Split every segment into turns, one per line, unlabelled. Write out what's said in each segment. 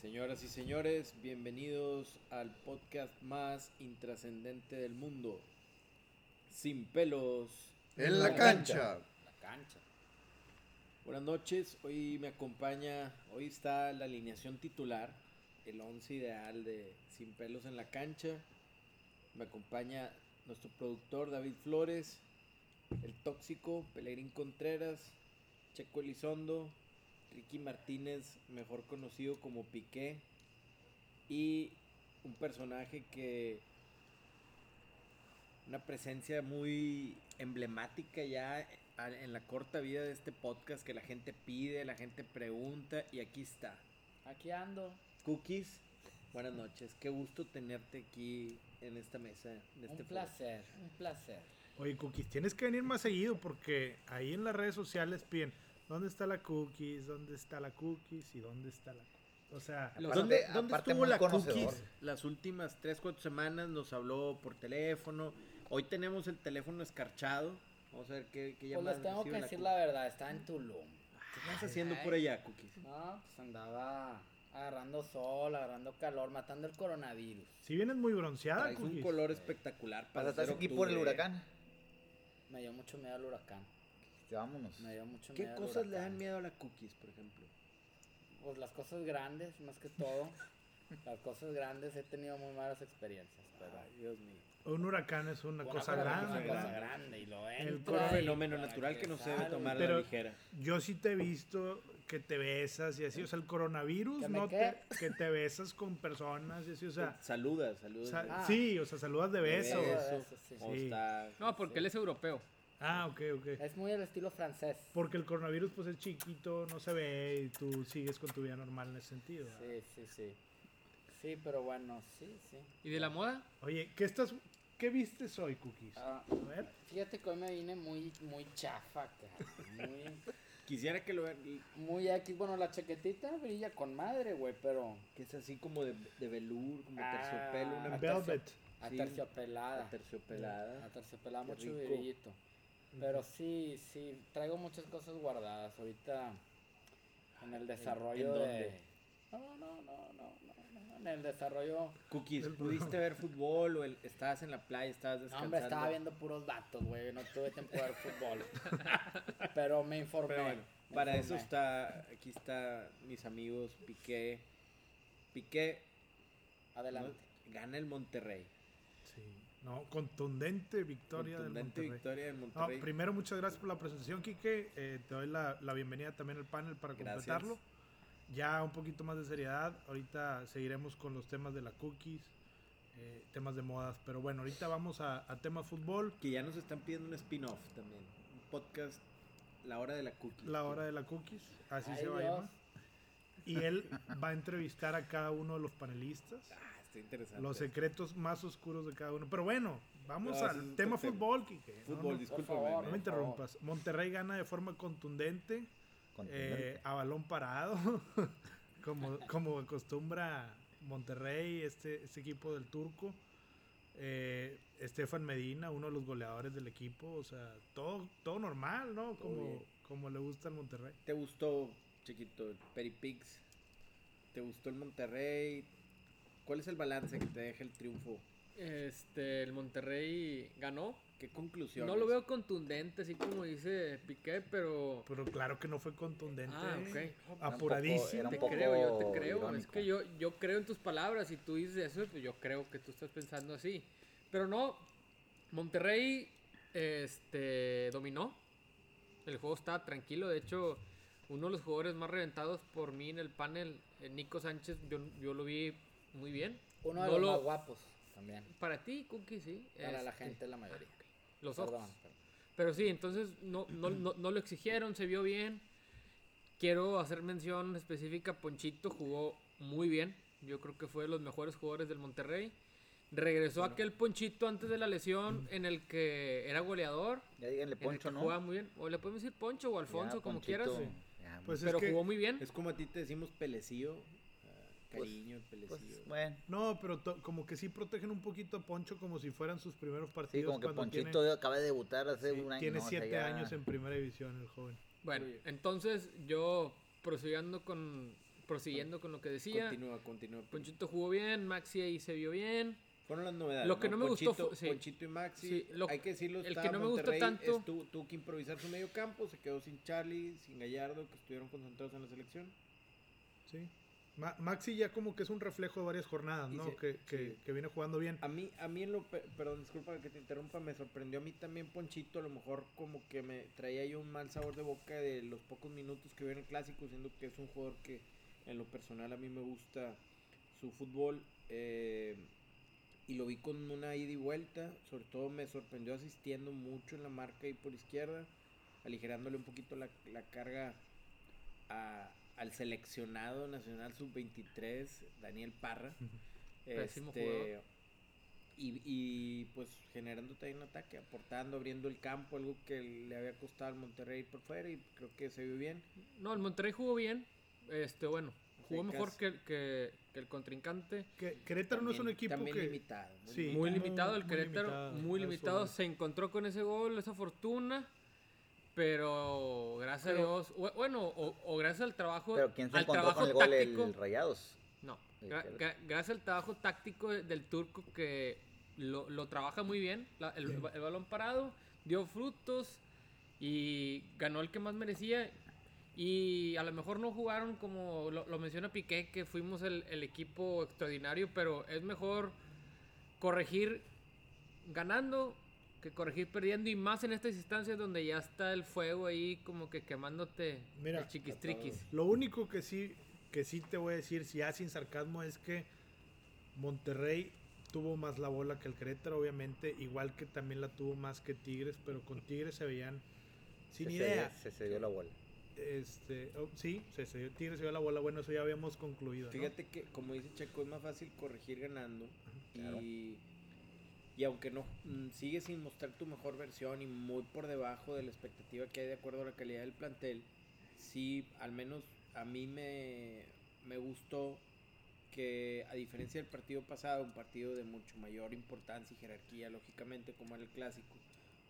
Señoras y señores, bienvenidos al podcast más intrascendente del mundo. Sin pelos.
En la cancha.
La cancha.
Buenas noches, hoy me acompaña, hoy está la alineación titular, el 11 ideal de Sin pelos en la cancha. Me acompaña nuestro productor David Flores, el tóxico Pelerín Contreras, Checo Elizondo, Ricky Martínez, mejor conocido como Piqué, y un personaje que una presencia muy emblemática ya a- en la corta vida de este podcast que la gente pide, la gente pregunta y aquí está.
Aquí ando.
Cookies, buenas noches. Qué gusto tenerte aquí en esta mesa, en este
un
foro.
placer, un placer.
Oye, Cookies, tienes que venir más seguido porque ahí en las redes sociales piden dónde está la Cookies, dónde está la Cookies y dónde está la Cookies. O sea,
Aparte-
¿dónde, dónde
aparte
estuvo
muy
la
conocedor.
Cookies?
Las últimas 3, 4 semanas nos habló por teléfono. Hoy tenemos el teléfono escarchado. Vamos a ver qué, qué
Pues
llamadas
les tengo que
recibe
decir
Cookies.
la verdad, estaba en Tulum.
¿Qué estás haciendo por allá, Cookies?
No, pues andaba agarrando sol, agarrando calor, matando el coronavirus.
Si vienes muy bronceada,
Traes un
Ah, Cookies.
color espectacular para
Pasaste
ser
aquí por el
octubre.
huracán.
Me dio mucho miedo al huracán.
Ya vámonos.
Me dio mucho
¿Qué
miedo. al
cosas le dan
huracán.
miedo a la Cookies, por ejemplo?
Pues las cosas grandes, más que todo. las cosas grandes, he tenido muy malas experiencias. Pero
Ay, Dios mío.
Un huracán es una
Bueno,
cosa
pero
grande,
es una cosa
¿verdad?
grande y lo
El
Un
entra.
Ay,
fenómeno natural que no se debe tomar a la
Pero-
ligera.
Yo sí te he visto que te besas y así, o sea, el coronavirus
¿Que me
no
qué?
te, que te besas con personas y así, o sea,
saluda, saluda.
o sea,
Ah.
sí, o sea, saludas de beso.
beso.
sí.
sí.
O
Sí.
está-
No, porque él es europeo.
Ah, ok, ok.
Es muy el estilo francés.
Porque el coronavirus pues es chiquito, no se ve y tú sigues con tu vida normal en ese sentido. ¿verdad?
Sí, sí, sí. Sí, pero bueno, sí, sí.
¿Y de la moda?
Oye, ¿qué estás qué vistes hoy, Cookies? A
Ah,
ver,
fíjate que hoy me vine muy, muy chafa, cara. Muy,
Quisiera que lo vean.
muy aquí. Bueno, la chaquetita brilla con madre, güey, pero
Que es así como de, de velour, como
Ah.
terciopelo, una
Ve-
Velvet.
aterciopelada.
terciopelada.
Aterciopelada,
Qué
mucho
rico.
brillito. Pero sí, sí, traigo muchas cosas guardadas ahorita en el desarrollo
dónde?
de... No, no, no, no, no, no, en el desarrollo...
Cookies, ¿pudiste ver fútbol o el- estabas en la playa, estabas
No,
descansando?
hombre, estaba viendo puros datos, güey. No tuve tiempo de ver fútbol. Pero me informé.
Pero bueno,
me
para eso
informé.
está, aquí está mis amigos Piqué. Piqué ¿no?
Adelante.
gana el Monterrey.
Sí. No, contundente victoria
Contundente
del Monterrey.
victoria del
No,
Monterrey.
primero muchas gracias por la presentación, Quique. Eh, te doy la, la bienvenida también al panel para
Gracias.
completarlo. Ya un poquito más de seriedad. Ahorita seguiremos con los temas de la cookies, eh, temas de modas. Pero bueno, ahorita vamos a, a tema fútbol.
que ya nos están pidiendo un spin-off también. Un podcast, La Hora de la Cookie.
La hora de la cookies, así
Ay,
se va a
Dios.
llamar. Y él va a entrevistar a cada uno de los panelistas.
Ah, está interesante.
Los secretos más oscuros de cada uno. Pero bueno, vamos
No, ese es
al
otro
tema
tema.
fútbol, Quique. No,
Fútbol,
no,
discúlpame.
favor,
no
men.
me
por
interrumpas. Monterrey gana de forma contundente,
Contundente.
eh, a balón parado, como, como acostumbra Monterrey, este, este equipo del turco. Eh, Estefan Medina, uno de los goleadores del equipo. O sea, todo, todo normal, ¿no? Como,
bien.
como le gusta al Monterrey.
¿Te gustó, chiquito, el Peripix? ¿Te gustó el Monterrey? ¿Cuál es el balance que te deja el triunfo?
Este, el Monterrey ganó.
¿Qué conclusión?
pues.
No lo veo contundente, así como dice Piqué, pero.
Pero claro que no fue contundente.
Ah, ok.
Era un poco-
Apuradísimo.
era un
Te
poco
creo, yo te creo. Es
irónico.
que yo, yo creo en tus palabras. Si tú dices eso, pues yo creo que tú estás pensando así. Pero no, Monterrey este, dominó. El juego estaba tranquilo. De hecho, uno de los jugadores más reventados por mí en el panel, eh, Nico Sánchez, yo, yo lo vi muy bien.
Uno de
No
los
lo-
más guapos también.
Para ti, Cookie, sí.
Para la
Este, pues, oh,
gente, la mayoría.
Los ojos.
Perdón. perdón.
Pero sí, entonces no, no, no, no lo exigieron, se vio bien. Quiero hacer mención específica, Ponchito jugó muy bien. Yo creo que fue de los mejores jugadores del Monterrey. Regresó aquel Ponchito antes de la lesión en el que era goleador.
Ya díganle
en el
Poncho,
que
¿no?
jugaba muy bien. O le podemos decir Poncho o Alfonso,
Ya,
como
Ponchito.
quieras.
Ya,
Pues es
Pero
que-
jugó muy bien.
Es como a ti te decimos pelecillo. ah, cariño, el
pues,
pelecillo.
bueno.
No, pero to- como que sí protegen un poquito a Poncho como si fueran sus primeros partidos.
Sí, como que
cuando
Ponchito
tiene,
acaba de debutar hace
sí,
un año.
tiene
¿no? O sea,
siete
ya-
años en primera división el joven.
Bueno, entonces yo, prosiguiendo con, prosiguiendo con lo que decía.
Continúa, continúa.
Ponchito jugó bien, Maxi ahí se vio bien.
Fueron las novedades.
Lo que no me gustó
Ponchito-
fue- sí.
Ponchito y Maxi.
Sí, lo-
hay que decirlo.
el
está
que no me gustó
Monterrey,
tanto-
es tu- tuvo que improvisar su medio campo. Se quedó sin Charlie, sin Gallardo, que estuvieron concentrados en la selección.
Sí. Ma- Maxi ya como que es un reflejo de varias jornadas,
Y
¿no?
se-
que, que,
sí.
que viene jugando bien.
A mí, a mí en lo. pe- Perdón, disculpa que te interrumpa. Me sorprendió a mí también Ponchito. A lo mejor como que me traía yo un mal sabor de boca de los pocos minutos que vio en el clásico, siendo que es un jugador que en lo personal a mí me gusta su fútbol. eh, y lo vi con una ida y vuelta. Sobre todo me sorprendió asistiendo mucho en la marca y por izquierda, aligerándole un poquito la, la carga a- al seleccionado nacional sub-23, Daniel Parra.
Pésimo
Este,
jugador.
y, y, pues generando también un ataque, aportando, abriendo el campo, algo que le había costado al Monterrey por fuera y creo que se vio bien.
No, el Monterrey jugó bien. Este, bueno, jugó
Sí,
mejor
casi.
que, que- que el contrincante.
Que, Querétaro no es un
También-
equipo
también
que...
limitado. muy
Sí.
limitado.
Muy
Muy-
limitado el
muy
Querétaro,
limitado,
muy
eso
limitado.
voy.
Se encontró con ese gol, esa fortuna. Pero gracias
Pero-
a Dios, bu- bueno, o, o gracias al trabajo,
Pero ¿quién se
al
encontró
trabajo
con el gol?
táctico.
El Rayados.
No,
El
gra-
Querétaro.
gra- gracias al trabajo táctico de- del turco que lo, lo trabaja muy bien, la- el, el balón parado, dio frutos y ganó el que más merecía. Y a lo mejor no jugaron como lo, lo menciona Piqué, que fuimos el, el equipo extraordinario, pero es mejor corregir ganando que corregir perdiendo y más en estas instancias donde ya está el fuego ahí como que quemándote
Mira,
el chiquistriquis.
Lo único que sí, que sí te voy a decir, si ya sin sarcasmo, es que Monterrey tuvo más la bola que el Querétaro, obviamente, igual que también la tuvo más que Tigres, pero con Tigres se veían sin
Se- se-
idea.
Se, se dio la bola.
Este, oh, sí, se, se dio, Tigres se dio la bola, bueno, eso ya habíamos concluido. ¿no?
Fíjate que, como dice Checo, es más fácil corregir ganando.
Claro.
Y, y aunque no mm, sigues sin mostrar tu mejor versión y muy por debajo de la expectativa que hay de acuerdo a la calidad del plantel, sí, al menos a mí me, me gustó que, a diferencia del partido pasado, un partido de mucho mayor importancia y jerarquía, lógicamente, como era el clásico,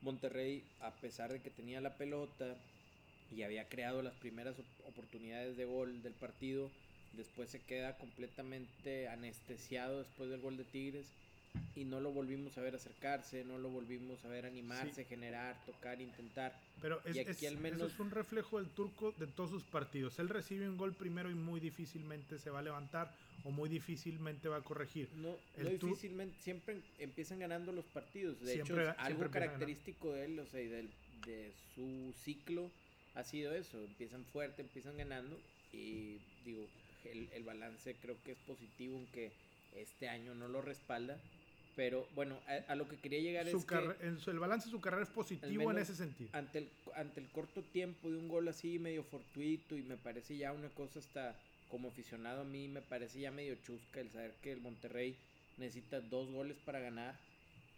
Monterrey, a pesar de que tenía la pelota y había creado las primeras op- oportunidades de gol del partido, después se queda completamente anestesiado después del gol de Tigres y no lo volvimos a ver acercarse, no lo volvimos a ver animarse, generar, tocar, intentar.
Pero es,
Y aquí
es-
al menos-
eso es un reflejo del turco de todos sus partidos. Él recibe un gol primero y muy difícilmente se va a levantar o muy difícilmente va a corregir.
No,
El
no
tu-
difícilmente, siempre empiezan ganando los partidos. De hecho,
Siempre
es
ga- siempre
algo
empiezan
característico de él, o sea, y del- de su ciclo ha sido eso. Empiezan fuerte, empiezan ganando y digo, el, el balance creo que es positivo, aunque este año no lo respalda. Pero bueno, a, a lo que quería llegar
Su
es que
carre- en su- el balance de su carrera es positivo en
menos-
ese sentido.
ante el, ante el corto tiempo de un gol así medio fortuito y me parece ya una cosa hasta como aficionado a mí me parece ya medio chusca el saber que el Monterrey necesita dos goles para ganar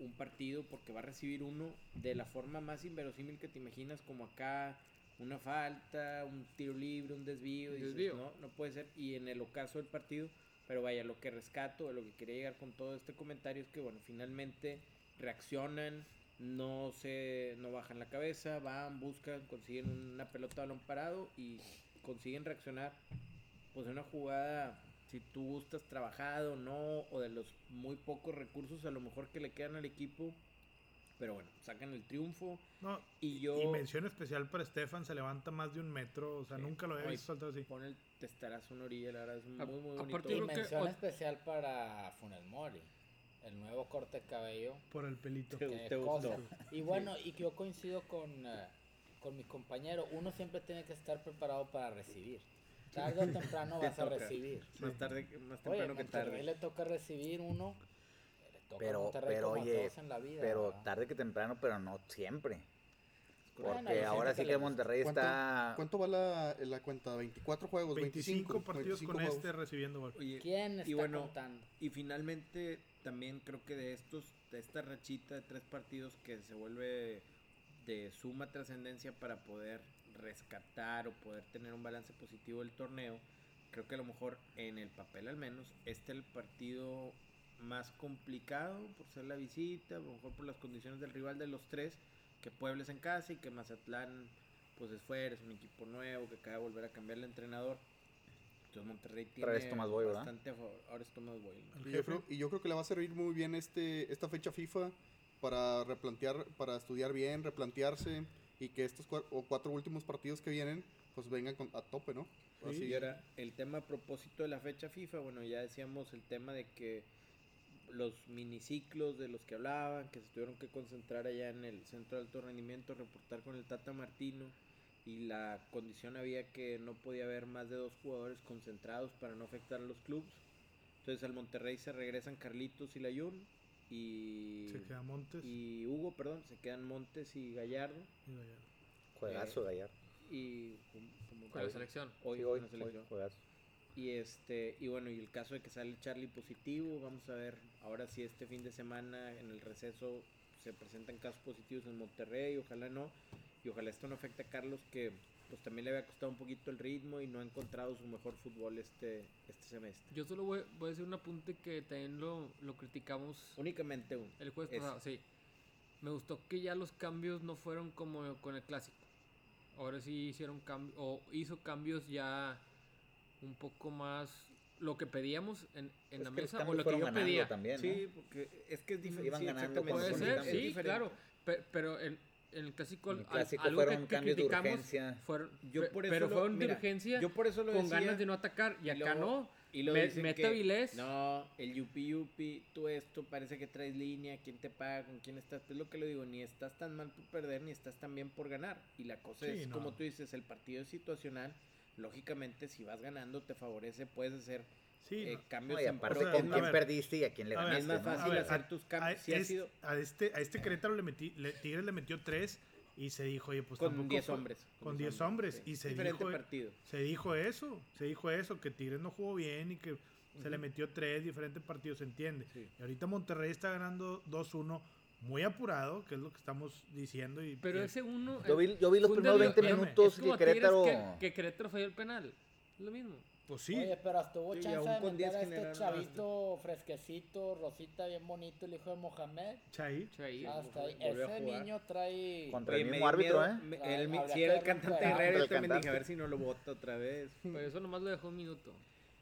un partido porque va a recibir uno de la forma más inverosímil que te imaginas como acá una falta, un tiro libre, un desvío, y dices,
Desvío.
no, no puede ser y en el ocaso del partido, pero vaya, lo que rescato, a lo que quería llegar con todo este comentario es que bueno, finalmente reaccionan, no se no bajan la cabeza, van, buscan, consiguen una pelota de balón parado y consiguen reaccionar pues una jugada si tú gustas trabajado o no o de los muy pocos recursos a lo mejor que le quedan al equipo, pero bueno, sacan el triunfo
No,
y yo
Y mención especial para Estefan, se levanta más de un metro, o sea,
Sí.
nunca lo había
Ay.
visto saltar así.
pone el testarazo en orilla, la verdad es muy
A-
muy bonito.
aparte
Y
creo que
mención
ot-
especial para Funes Mori. El nuevo corte de cabello.
Por el pelito.
Te-
Qué
te gustó.
cosa. Y bueno, y que yo coincido con, eh, con mi compañero. Uno siempre tiene que estar preparado para recibir. Tarde o temprano
Te
vas a
toca.
recibir.
Más tarde, más
Oye,
temprano que
Monterrey
tarde.
le toca recibir uno. eh, Le toca a
Pero-
Monterrey
pero,
como a
oye,
todos en la vida.
Pero
¿verdad?
tarde que temprano, pero no siempre.
Bueno,
Porque
no, siempre
ahora sí
que
que
le-
Monterrey
¿Cuánto-
está.
¿Cuánto va la, la cuenta? ¿24 juegos?
25,
25,
partidos
25
con
juegos.
este recibiendo gol.
Oye,
¿Quién está
y bueno,
contando?
y finalmente también creo que de estos, de esta rachita de tres partidos que se vuelve de suma trascendencia para poder rescatar o poder tener un balance positivo del torneo, creo que a lo mejor en el papel al menos, este es el partido más complicado por ser la visita, a lo mejor por las condiciones del rival de los tres, que Puebla es en casa y que Mazatlán pues es fuera, es un equipo nuevo que acaba de volver a cambiar el entrenador. Entonces Monterrey
Otra
tiene
vez Tomás Boy, ¿verdad?
bastante a favor. Ahora es Tomás Boy.
este
¿no?
Y yo, creo, y yo creo que le va a servir muy bien este, esta fecha FIFA para replantear, para estudiar bien, replantearse y que estos cua- o cuatro últimos partidos que vienen pues vengan con- a tope, ¿no?
Sí.
Y ahora, el tema a propósito de la fecha FIFA, bueno, ya decíamos el tema de que los miniciclos de los que hablaban, que se tuvieron que concentrar allá en el centro de alto rendimiento, reportar con el Tata Martino, y la condición había que no podía haber más de dos jugadores concentrados para no afectar a los clubes. Entonces al Monterrey se regresan Carlitos y Layún, y,
Se queda Montes.
y Hugo, perdón, se quedan Montes y Gallardo,
y Gallardo.
Juegazo de ayer.
y como- como-
con la selección.
hoy
Sí,
con
hoy,
la
hoy,
selección.
juegazo.
Y este, y bueno, y el caso de que sale Charlie positivo, vamos a ver ahora si este fin de semana en el receso se presentan casos positivos en Monterrey, ojalá no, y ojalá esto no afecte a Carlos que pues también le había costado un poquito el ritmo y no ha encontrado su mejor fútbol este, este semestre.
Yo solo voy, voy a hacer un apunte que también lo, lo criticamos
Únicamente uno.
el jueves
Ese.
pasado, sí. Me gustó que ya los cambios no fueron como con el clásico. Ahora sí hicieron cambios, o hizo cambios ya un poco más lo que pedíamos en, en
Es
la
que los
mesa o
cambios
lo que
fueron
yo
ganando
pedía.
También,
Sí, porque es que es diferente.
Iban
sí,
ganando
exactamente.
Puede
Con
ser,
cambios.
sí,
Es diferente.
claro. Pe- pero en, en el clásico,
En el
al-
clásico
algo que-
fueron
que
cambios de
criticamos
urgencia.
fueron-
Yo por eso
pero
lo-
fueron de
mira,
urgencia
Yo por eso lo
con
decía,
ganas de no atacar. Y
y
acá
luego-
no.
Y lo
Me-
dicen
mete
que,
Avilés.
No, el yupi yupi, tú esto, parece que traes línea, quién te paga, con quién estás. Es lo que le digo, ni estás tan mal por perder, ni estás tan bien por ganar. Y la cosa
Sí,
es,
no.
como tú dices, el partido es situacional. Lógicamente, si vas ganando, te favorece, puedes hacer
Sí,
eh,
no.
cambios
No, y
en
aparte,
sea,
pro-
es
¿con
más-
quién
a ver,
perdiste y a quién le
a ver,
ganaste?
es más
no?
fácil
A ver,
hacer tus cambios.
a,
Sí ha
es-
sido
a este, a este Querétaro le metí, le, Tigres le metió 3 y se dijo, oye, pues
con
tampoco
10
fue-
hombres.
con 10 hombres, y se
Diferente
dijo- eh, e-,
partido.
Se dijo eso, se dijo eso, que Tigres no jugó bien y que se le metió 3 diferentes partidos, se entiende.
Sí.
Y ahorita Monterrey está ganando 2-1 muy apurado, que es lo que estamos diciendo. Y,
Pero
y-
ese uno.
Yo vi, yo vi los
fue un
primeros
desvío.
20
Mírame,
minutos
es como
que
a Tigres
Querétaro...
Que, que Querétaro falló el penal. Es Lo mismo.
pues sí,
Oye, pero hasta hubo
Sí, y
chance
aún
de
con
meter
10
a
generaron
este chavito fresquecito, Rosita, bien bonito, el hijo de Mohamed.
Chaí.
Chaí.
Hasta ahí.
volvió a
Ese
jugar.
niño trae.
Contra
Oye,
el
me
mismo
dio
árbitro,
miedo,
¿eh?
me-
Trae-
él mi-
habría
sí,
que
era el
ver un
cantante de
juegazo.
Herrera, yo
Contra el
también dije, a
cantante.
ver si no lo vota otra vez.
Pero eso nomás lo dejó un minuto.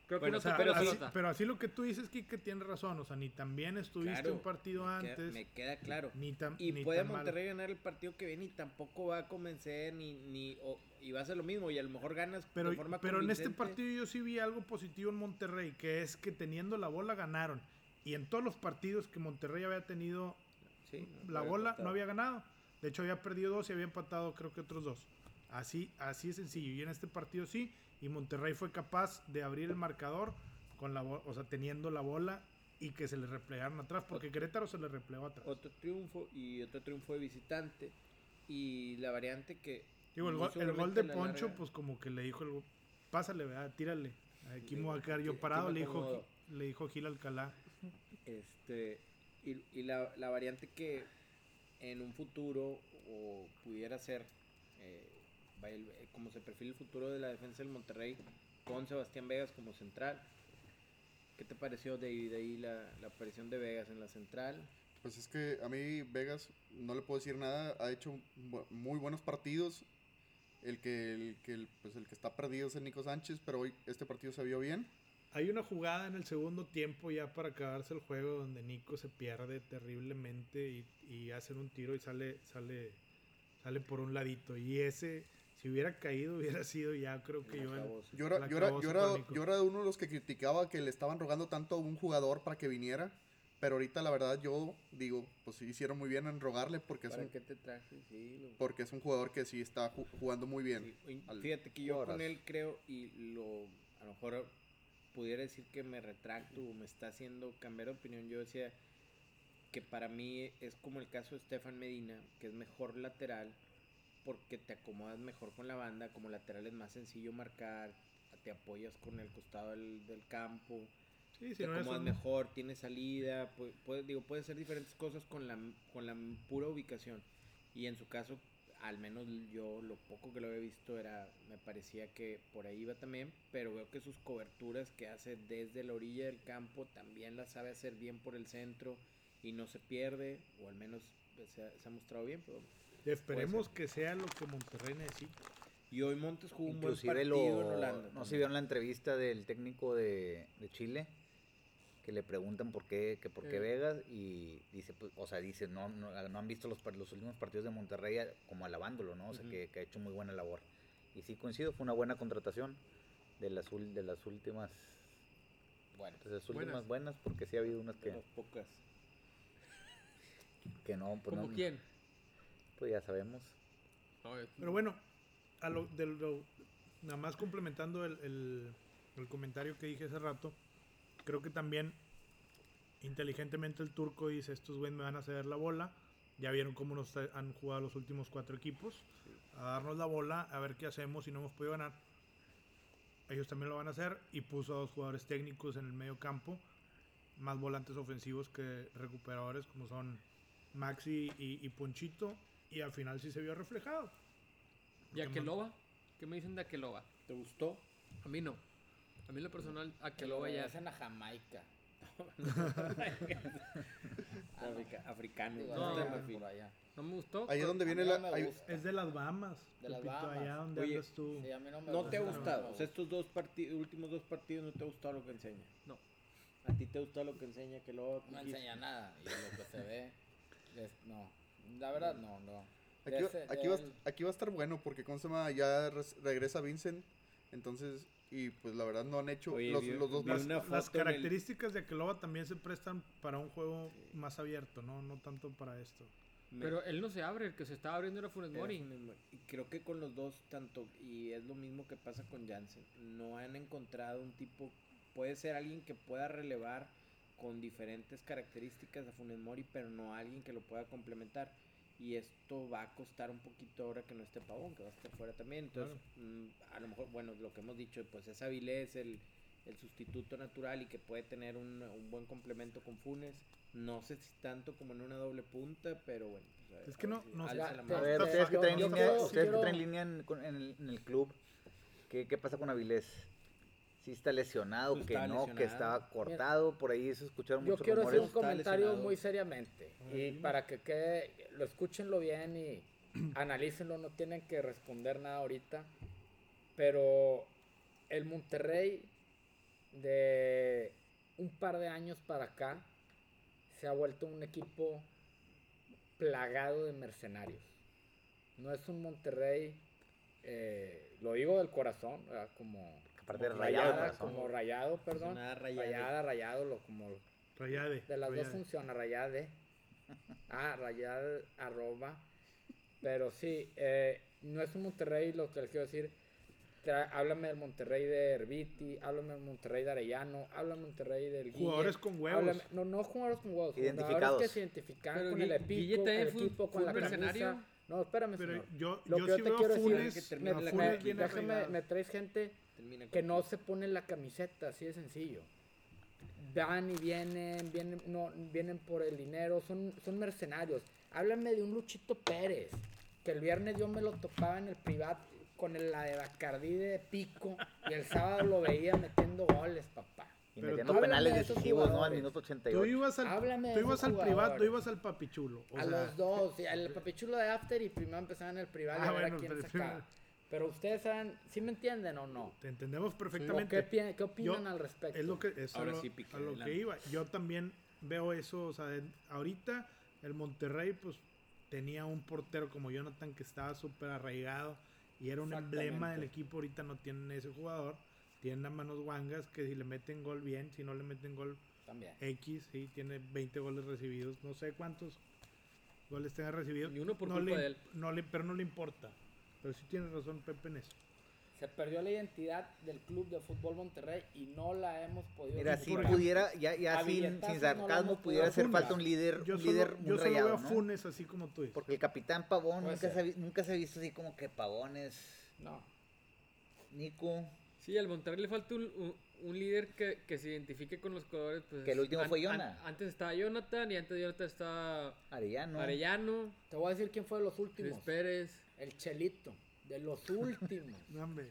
Creo que
Bueno,
no
O sea,
tocó la
así-
pelota.
pero así lo que tú dices, Kike, tiene razón. O sea, ni también estuviste
Claro,
un partido
me queda-
antes.
me queda claro.
Ni tan,
Y
ni
puede
tan mal.
Monterrey ganar el partido que viene y tampoco va a convencer ni, ni o- y va a ser lo mismo y a lo mejor ganas
Pero,
de forma
pero en este
convincente.
partido yo sí vi algo positivo en Monterrey, que es que teniendo la bola ganaron. Y en todos los partidos que Monterrey había tenido
Sí, no,
la
había
bola,
empatado.
no había ganado. De hecho, había perdido dos y había empatado creo que otros dos. Así, así es sencillo. Y en este partido sí, y Monterrey fue capaz de abrir el marcador con la bo- o sea, teniendo la bola y que se le replegaron atrás, porque Querétaro se le replegó atrás.
otro triunfo y otro triunfo de visitante y la variante que
Digo, el,
muy
gol, el gol
seguramente
de
la
Poncho,
larga-
pues como que le dijo el go- pásale, ¿verdad? tírale. Aquí
Le-
me voy a quedar
aquí-
yo
aquí
parado,
me
le dijo,
acomodo.
Gi- le dijo Gil Alcalá.
Este, y, y la, la variante que en un futuro o pudiera ser eh, vaya el- eh, como se perfila el futuro de la defensa del Monterrey con Sebastián Vegas como central. ¿Qué te pareció David ahí la, la aparición de Vegas en la central?
Pues es que a mí Vegas no le puedo decir nada, ha hecho bu- muy buenos partidos. El que, el, que el- pues el que está perdido es el Nico Sánchez, pero hoy este partido se vio bien.
Hay una jugada en el segundo tiempo ya para acabarse el juego donde Nico se pierde terriblemente y, y hacen un tiro y sale, sale, sale por un ladito. Y ese, si hubiera caído, hubiera sido ya creo que
El
yo el-
acabose.
Yo era,
La
yo, era,
acabó
yo, era,
Super Nico.
yo era uno de los que criticaba que le estaban rogando tanto a un jugador para que viniera. Pero ahorita la verdad yo digo, pues sí hicieron muy bien en rogarle porque es,
¿Para
un,
qué te traje? Sí, lo-
porque es un jugador que sí está ju- jugando muy bien.
Sí, y
Al-
Fíjate que yo con
Horas.
él creo y lo a lo mejor pudiera decir que me retracto o me está haciendo cambiar de opinión. Yo decía que para mí es como el caso de Stefan Medina, que es mejor lateral porque te acomodas mejor con la banda, como lateral es más sencillo marcar, te apoyas con el costado del, del campo,
Sí, si
te
no eres
acomodas
un-
mejor, tiene salida, pu- puede, digo, puede ser diferentes cosas con la, con la pura ubicación. Y en su caso, al menos yo lo poco que lo había visto era, me parecía que por ahí iba también, pero veo que sus coberturas que hace desde la orilla del campo también las sabe hacer bien por el centro y no se pierde, o al menos pues, se ha, se ha mostrado bien. pero-
Esperemos que sea lo que Monterrey necesita.
Y hoy Montes jugó un buen
Inclusive
partido
lo,
en Holanda.
no sé si
también.
vieron la entrevista del técnico de, de Chile que le preguntan por qué que por qué
Eh.
Vegas y dice pues, o sea dice no, no no han visto los, par- los últimos partidos de Monterrey a- como alabándolo no o sea
Ujú.
que, que ha hecho muy buena labor y sí coincido fue una buena contratación de las ul- de las últimas
Bueno,
de las últimas buenas, porque sí ha habido unas
De
que,
las pocas.
que no pues
¿Como
no-
quién?
pues ya sabemos
No, es-
Pero bueno, a lo, de lo- nada más complementando el, el- el comentario que dije hace rato, creo que también inteligentemente el turco dice, estos güeyes me van a ceder la bola. Ya vieron cómo nos ha- han jugado los últimos cuatro equipos. A darnos la bola, a ver qué hacemos si no hemos podido ganar. Ellos también lo van a hacer y puso a dos jugadores técnicos en el medio campo, más volantes ofensivos que recuperadores como son Maxi y, y Ponchito. Y al final sí se vio reflejado.
¿Y Akeloba? ¿Qué me dicen de Akeloba?
¿Te gustó?
A mí no. A mí en lo personal,
que lo
Akeloba ya...
vayas a Jamaica.
Ah,
Africa- africano.
Digo,
No,
Costa de
allá,
Marfil.
por allá.
No me gustó.
Ahí es donde
A mí
viene
no me
la... ahí-
gusta.
Es de las Bahamas.
De las
Pepito,
Bahamas.
allá donde
Oye,
andas tú.
Sí, a mí no me
No te ha
No, no,
gusta,
gustado.
me
O sea,
gusta.
estos dos parti- últimos dos partidos no te ha gustado lo que enseña.
No.
A ti te gusta lo que enseña, que luego.
no
dijiste-
enseña nada. Y lo que se ve, es- no. La verdad, no, no. De
Aquí, va-
ese-
aquí va, a
del-
est- aquí va a estar bueno porque ¿cómo se llama? ya res- regresa Vincent. Entonces, y pues la verdad no han hecho
Oye,
los,
vi-
los dos
vi
más.
una
Las
foto en el-
características de Aqueloba también se prestan para un juego más abierto, ¿no? No tanto para esto.
me-
Pero él no se abre, el que se estaba abriendo era Funes
Era
Mori.
Funes Mori. Y creo que con los dos, tanto, y es lo mismo que pasa con Jansen, no han encontrado un tipo, puede ser alguien que pueda relevar con diferentes características a Funes Mori, pero no alguien que lo pueda complementar. Y esto va a costar un poquito ahora que no esté Pavón, que va a estar fuera también. Entonces, mm, a lo mejor, bueno, lo que hemos dicho, pues es Avilés el, el sustituto natural y que puede tener un, un buen complemento con Funes. No sé si tanto como en una doble punta, pero bueno. pues, a-
Es que
a ver
no-
si-
no
a
sé.
ver si la
A
A
mano-
ver,
Yo-
ustedes que
yo-
traen
yo
línea,
creo-
ustedes que
quiero-
traen línea en, con- en el, en el club, ¿qué, qué pasa con Avilés? Si está lesionado,
Pues
que
estaba
no, que
lesionado.
estaba cortado, por ahí se escucharon
Yo
muchos
quiero hacer
rumores.
un
está
comentario
lesionado.
muy seriamente. Y para que quede, lo escúchenlo bien y analícenlo, no tienen que responder nada ahorita. Pero el Monterrey de un par de años para acá se ha vuelto un equipo plagado de mercenarios. No es un Monterrey, eh, lo digo del corazón, ¿verdad? como,
Aparte
como
de rayado,
rayada,
corazón.
como rayado, perdón.
Nada rayado.
Rayada, rayado, lo, como lo-
Rayade.
de las dos
Rayade.
funciona, rayade. Ah, rayade, arroba. Pero sí, eh, no es un Monterrey lo que les quiero decir. Tra- háblame del Monterrey de Herbiti, háblame del Monterrey de Arellano, háblame del Monterrey del Guille,
Jugadores con huevos.
háblame- no, no jugadores con huevos. Jugadores
Identificados.
que se identifican
Pero
con
Gui-
el
Guille
equipo,
también
el
fue un-
equipo
fue un
con la
mercenario.
camisa. No, espérame,
Pero
señor.
yo,
Lo
yo
que
sí
yo te
veo
quiero
a
decir
Funes,
es que
a
Me,
termina la-
Funes
me-
bien
déjame-
arraigado.
me traes gente
Termina
que
con-
no se ponen la camiseta, así de sencillo. Van y vienen, vienen, no, vienen por el dinero, son, son mercenarios. Háblame de un Luchito Pérez, que el viernes yo me lo topaba en el privat con el- la de Bacardí de pico y el sábado lo veía metiendo goles, papá.
Y
Pero
metiendo
tú-
penales
háblame de esos
decisivos, ¿no? Al
jugadores.
minuto
Tú
88.
ibas al,
Háblame de
tú ibas
esos
al privado, tú
jugadores.
ibas al papichulo. O
a
sea,
los dos, y al papichulo de After y primero empezaban el privat y
Ah,
a ver
bueno,
a quién
pero-
sacaba. Pero ustedes saben, ¿sí me entienden o no?
te entendemos
¿O qué,
perfectamente.
pi- qué opinan
Yo-
al respecto?
Es lo que es a
Ahora
lo-
sí, Piqué,
a lo que
adelante.
iba. Yo también veo eso, o sea, en- ahorita el Monterrey pues tenía un portero como Jonathan que estaba súper arraigado y era un emblema del
Exactamente.
equipo, ahorita no tienen ese jugador. Tienen a manos guangas que si le meten gol bien, si no le meten gol
También.
X, sí, tiene 20 goles recibidos, no sé cuántos goles tenga recibidos.
Ni uno por
no
culpa
le-
de él.
no le- pero no le importa. Pero sí tiene razón Pepe en eso.
Se perdió la identidad del club de fútbol Monterrey y no la hemos podido
Mira, si
recuperar.
pudiera, ya, ya
A
sin,
billetazos
sin
no lo
sarcasmo, pudiera
hemos podido
hacer
juntar.
falta un líder,
Yo
un
solo,
líder muy
yo solo
rayado,
veo a
¿no?
Funes así como tú dices.
Porque el capitán Pavón
Puede
nunca se,
ser.
ha vi- nunca se ha visto así como que Pavones,
No.
Nico,
Sí, al Monterrey le falta un, un- un líder que, que se identifique con los jugadores. Pues,
Que el último fue Jonah.
antes estaba Jonathan y antes de Jonathan estaba
Arellano.
Arellano,
Te voy a decir quién fue de los
Luis
últimos.
Pérez.
El Chelito. De los últimos.
No, hombre.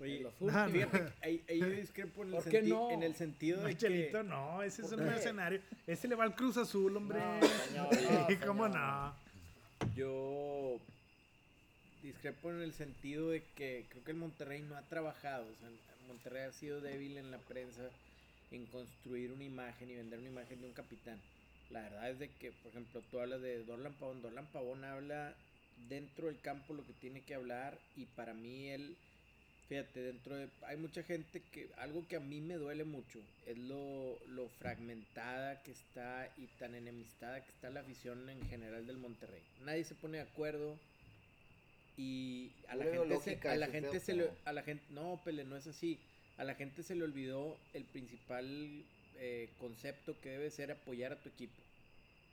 de
Oye,
los últimos.
fíjate, ahí, ahí yo discrepo en el,
¿Por qué
senti-
no?
en el sentido
No,
de
Chelito,
que...
no, ese es
¿Por
un
qué?
mercenario. Ese le va al Cruz Azul, hombre.
No, señor, no,
¿Cómo
señor.
no?
Yo discrepo en el sentido de que creo que el Monterrey no ha trabajado. O sea, el Monterrey ha sido débil en la prensa en construir una imagen y vender una imagen de un capitán. La verdad es de que, por ejemplo, tú hablas de Dorlan Pavón. Dorlan Pavón habla dentro del campo lo que tiene que hablar y para mí él, fíjate, dentro de... Hay mucha gente que... Algo que a mí me duele mucho es lo, lo fragmentada que está y tan enemistada que está la afición en general del Monterrey. Nadie se pone de acuerdo y a la
Pura
gente, se,
lógica,
a la
ese
gente
pedo,
se le...
¿no?
A la gente, no, Pele, no es así. A la gente se le olvidó el principal eh, concepto que debe ser apoyar a tu equipo.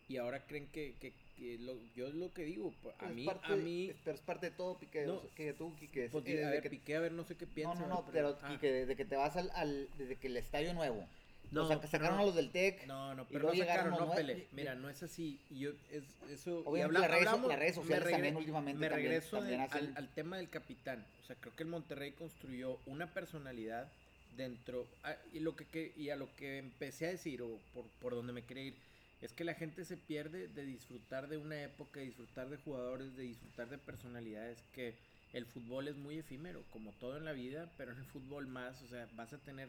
Y ahora creen que, que- que lo- yo es lo que digo. pa- A
Es
mí,
parte
a
de-
mí,
es- pero es parte de todo, Piqué.
No,
o sea, que tú, Quique, es-
pues,
eh,
di- a
desde
ver,
que-
Piqué, a ver, no sé qué
No,
piensa.
no, no,
¿verdad?
pero
Ah,
Quique, desde que te vas al, al- desde que el estadio nuevo.
No,
o sea, que sacaron
no.
a los del TEC.
No, no,
y
pero
luego
no sacaron,
llegaron,
no,
¿no?
Pele.
Y-
Mira, no es así. Y yo, es, eso, y
Obviamente
habla-
las redes-
hablamos-
las redes
me
sociales también
regre-
últimamente
Me
también-
regreso de-
también hacen-
al, al tema del capitán. O sea, creo que el Monterrey construyó una personalidad dentro. a- y, lo que, que- y a lo que empecé a decir, o por, por donde me quería ir, es que la gente se pierde de disfrutar de una época, de disfrutar de jugadores, de disfrutar de personalidades que. El fútbol es muy efímero, como todo en la vida, pero en el fútbol más, o sea, vas a tener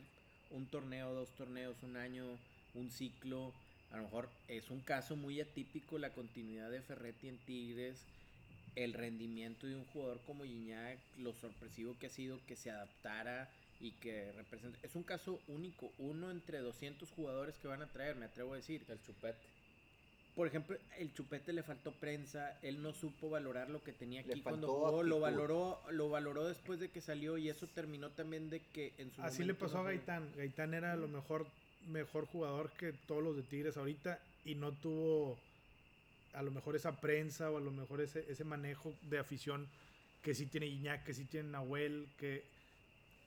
un torneo, dos torneos, un año, un ciclo. A lo mejor es un caso muy atípico la continuidad de Ferretti en Tigres, el rendimiento de un jugador como Iñak, lo sorpresivo que ha sido que se adaptara y que represente. Es un caso único, uno entre 200 jugadores que van a traer, me atrevo a decir.
El chupete.
Por ejemplo, el Chupete le faltó prensa, él no supo valorar lo que tenía
Le
aquí cuando
faltó
jugó, lo
actitud.
valoró, lo valoró después de que salió y eso terminó también de que en su
Así le
momento
pasó
no
a
fue-
Gaitán. Gaitán era a lo mejor mejor jugador que todos los de Tigres ahorita y no tuvo a lo mejor esa prensa o a lo mejor ese, ese manejo de afición que sí tiene Iñak, que sí tiene Nahuel, que,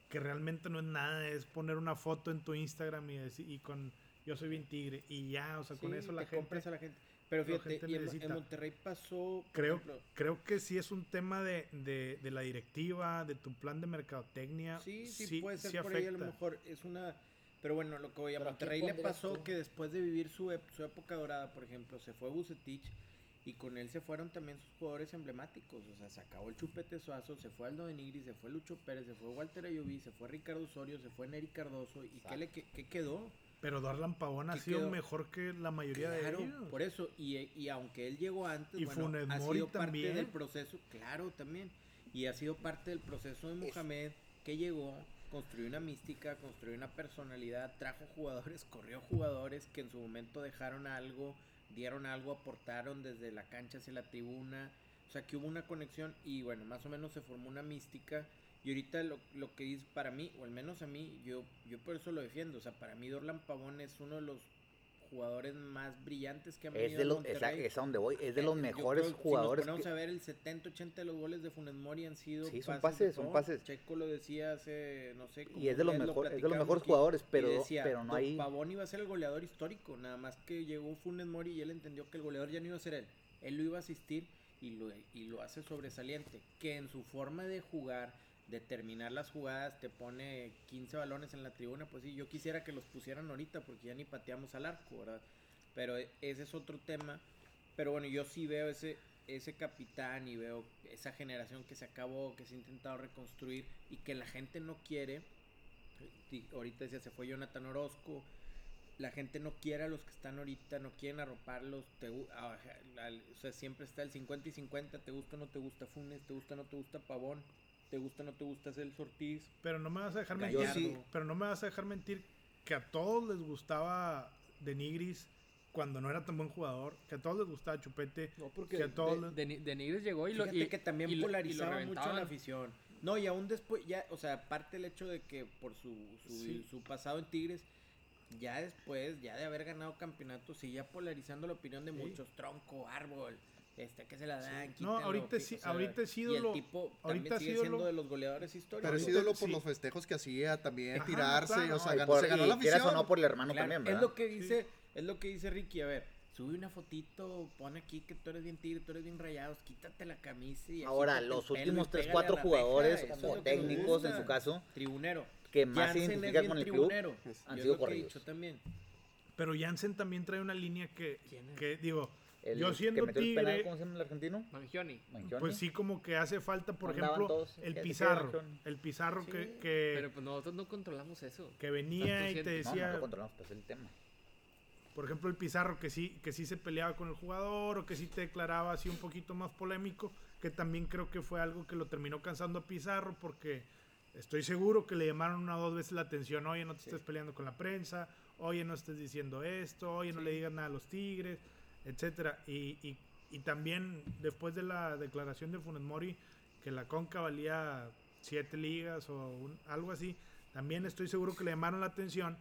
que realmente no es nada, es poner una foto en tu Instagram y, deci- y con yo soy bien tigre y ya, o sea, con
Sí,
eso la
te
gente...
compras a la gente. Pero
la
fíjate,
gente
y en,
necesita.
en Monterrey pasó. por
Creo,
ejemplo,
creo que sí es un tema de, de, de la directiva, de tu plan de mercadotecnia.
sí, sí, puede ser
sí
por ahí a lo
afecta.
mejor. Es una. Pero bueno, lo que voy a
Pero ¿a
Monterrey
quién
le
pondrías
pasó
tú?
que después de vivir su, ep- su época dorada, por ejemplo, se fue Bucetich y con él se fueron también sus jugadores emblemáticos. O sea, se acabó el Chupete Suazo, se fue Aldo Benigri, se fue Lucho Pérez, se fue Walter Ayoví, se fue Ricardo Osorio, se fue Neri Cardoso. ¿Y qué, le, que- qué quedó?
Pero Darlan Pavón ha
¿Qué
sido
quedó?
mejor que la mayoría
Claro,
de ellos.
por eso. Y, y aunque él llegó antes,
Y
bueno,
Funes
ha
Mori
sido
también.
parte del proceso, claro, también. Y ha sido parte del proceso de
Es-
Mohamed, que llegó, construyó una mística, construyó una personalidad, trajo jugadores, corrió jugadores que en su momento dejaron algo, dieron algo, aportaron desde la cancha hacia la tribuna. O sea, que hubo una conexión y bueno, más o menos se formó una mística. Y ahorita lo, lo que es para mí, o al menos a mí, yo, yo por eso lo defiendo. O sea, para mí Dorlan Pavón es uno de los jugadores más brillantes que han
Es
venido
de
al
los, esa-
Monterrey.
es a donde voy, es de los
Eh, yo
mejores
creo que
jugadores.
Si nos ponemos
que-
a ver, el 70, 80 de los goles de Funes Mori han sido
Sí, son
de
pases, son
Pavón.
pases.
Checo lo decía hace, no sé, como
y es de los
ustedes lo
mejor, es de los
platicamos
mejores
aquí,
jugadores,
y
pero,
decía,
pero no
"Don
hay
Pavón iba a ser el goleador histórico, nada más que llegó Funes Mori y él entendió que el goleador ya no iba a ser él. Él lo iba a asistir y lo, y lo hace sobresaliente. Que en su forma de jugar, de terminar las jugadas, te pone 15 balones en la tribuna. Pues sí, yo quisiera que los pusieran ahorita porque ya ni pateamos al arco, ¿verdad? Pero e- ese es otro tema. Pero bueno, yo sí veo ese, ese capitán y veo esa generación que se acabó, que se ha intentado reconstruir y que la gente no quiere. Di- Ahorita decía, se fue Jonathan Orozco. La gente no quiere a los que están ahorita, no quieren arroparlos. Te, gu- a- al- o sea, siempre está el 50 y 50. Te gusta o no te gusta Funes, te gusta o no te gusta Pavón, te gusta o no te gusta Celso Ortiz.
Pero no me vas a dejar
Gallardo.
mentir. Pero no me vas a dejar mentir que a todos les gustaba De Nigris cuando no era tan buen jugador, que a todos les gustaba Chupete,
No,
que
porque
a todos
de,
les-
de, Ni- de Nigres llegó y lo
Fíjate
y-
que también
y lo- y lo
polarizaba mucho a la
reventaban.
afición. No, y aún después, ya, o sea, aparte el hecho de que por su, su,
Sí.
su pasado en Tigres, ya después, ya de haber ganado campeonato, seguía polarizando la opinión de
Sí.
muchos, tronco, árbol, este que se la dan,
No,
quítalo,
ahorita
que-
sí-
o sea,
ahorita es
y
ídolo-
el tipo
ahorita
también
es
sigue
ídolo-
siendo de los goleadores históricos.
Pero es
ahorita
ídolo por
sí.
los festejos que hacía también,
Ajá,
tirarse,
claro.
o sea,
Ay,
gan-
por-
se ganó
y
la
quieras
afición.
o no por el hermano
Claro,
también,
es
¿verdad?
lo que dice, es lo que dice Ricky, a ver, sube una fotito, pone aquí que tú eres bien tigre, tú eres bien rayados, quítate la camisa y
Ahora,
agítate el
los
pelo y
últimos
pégale
3, 4
a la
jugadores
reja, eso es
o
lo que nos
técnicos en
gusta.
su caso
tribunero.
que más se
Jansen es
identifican
bien
con el club
tribunero.
Es-
han
Yo
sido
es lo que he
corridos.
dicho también.
Pero Jansen también trae una línea que,
¿Quién es?
que digo,
El
Yo siendo
que metió el penal,
tigre-
¿Cómo se llama el argentino?
Mangione.
Mangione.
Pues sí, como que hace falta, por
Mandaban
ejemplo,
todos, ya
el
se
pizarro.
quedaron.
El pizarro que, que,
Pero pues nosotros no controlamos eso.
que venía y
Tanto
te
No,
siento.
no
decía,
lo controlamos, pues el tema.
por ejemplo, el pizarro que sí, que sí se peleaba con el jugador o que sí te declaraba así un poquito más polémico, que también creo que fue algo que lo terminó cansando a Pizarro porque estoy seguro que le llamaron una o dos veces la atención, oye, no te estés peleando con la prensa, oye, no estés diciendo esto, oye, no le digas nada a los Tigres, etcétera. Y, y, y también después de la declaración de Funes Mori, que la Conca valía siete ligas o un- algo así, también estoy seguro que le llamaron la atención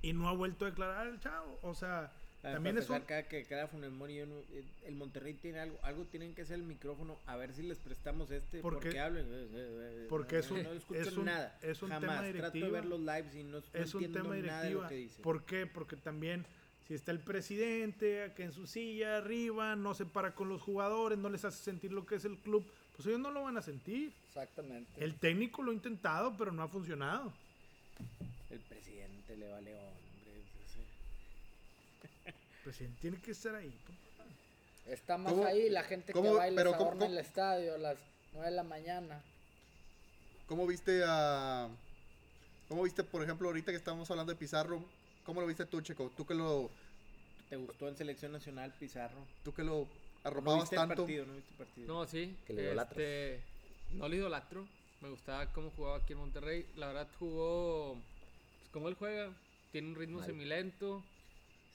y no ha vuelto a declarar el chavo. O sea, también es un...
cada que cada Funes Mori, yo no- eh, el Monterrey tiene algo, algo tienen que hacer el micrófono, a ver si les prestamos este,
Porque-
porque, hablen. eh, eh, eh,
porque
no,
es un-
no escuchan
es un-
nada.
es un tema
Jamás. Trato de
directiva.
ver los lives y no, no
es un
entiendo
tema
nada de
directiva.
lo que dice.
¿Por qué? Porque también si está el presidente acá en su silla arriba, no se para con los jugadores, no les hace sentir lo que es el club, pues ellos no lo van a sentir.
Exactamente.
El técnico lo ha intentado, pero no ha funcionado.
El presidente le vale hombre. es- es-
El presidente tiene que estar ahí. pues. po.
Está más
¿Cómo-
ahí la gente
cómo-
que baila
pero
se
cómo-
adorna
cómo-
el estadio a las 9 de la mañana.
¿Cómo viste a. ¿Cómo viste, por ejemplo, ahorita que estamos hablando de Pizarro? ¿Cómo lo viste tú, Checo? Tú que lo,
¿Te gustó en Selección Nacional Pizarro?
tú que lo
No
arropabas
viste el
tanto.
partido, no viste el partido.
No, sí.
Que le idolatras.
este, no le idolatro. Me gustaba cómo jugaba aquí en Monterrey. La verdad jugó... Pues, como él juega. Tiene un ritmo
Mal.
semilento.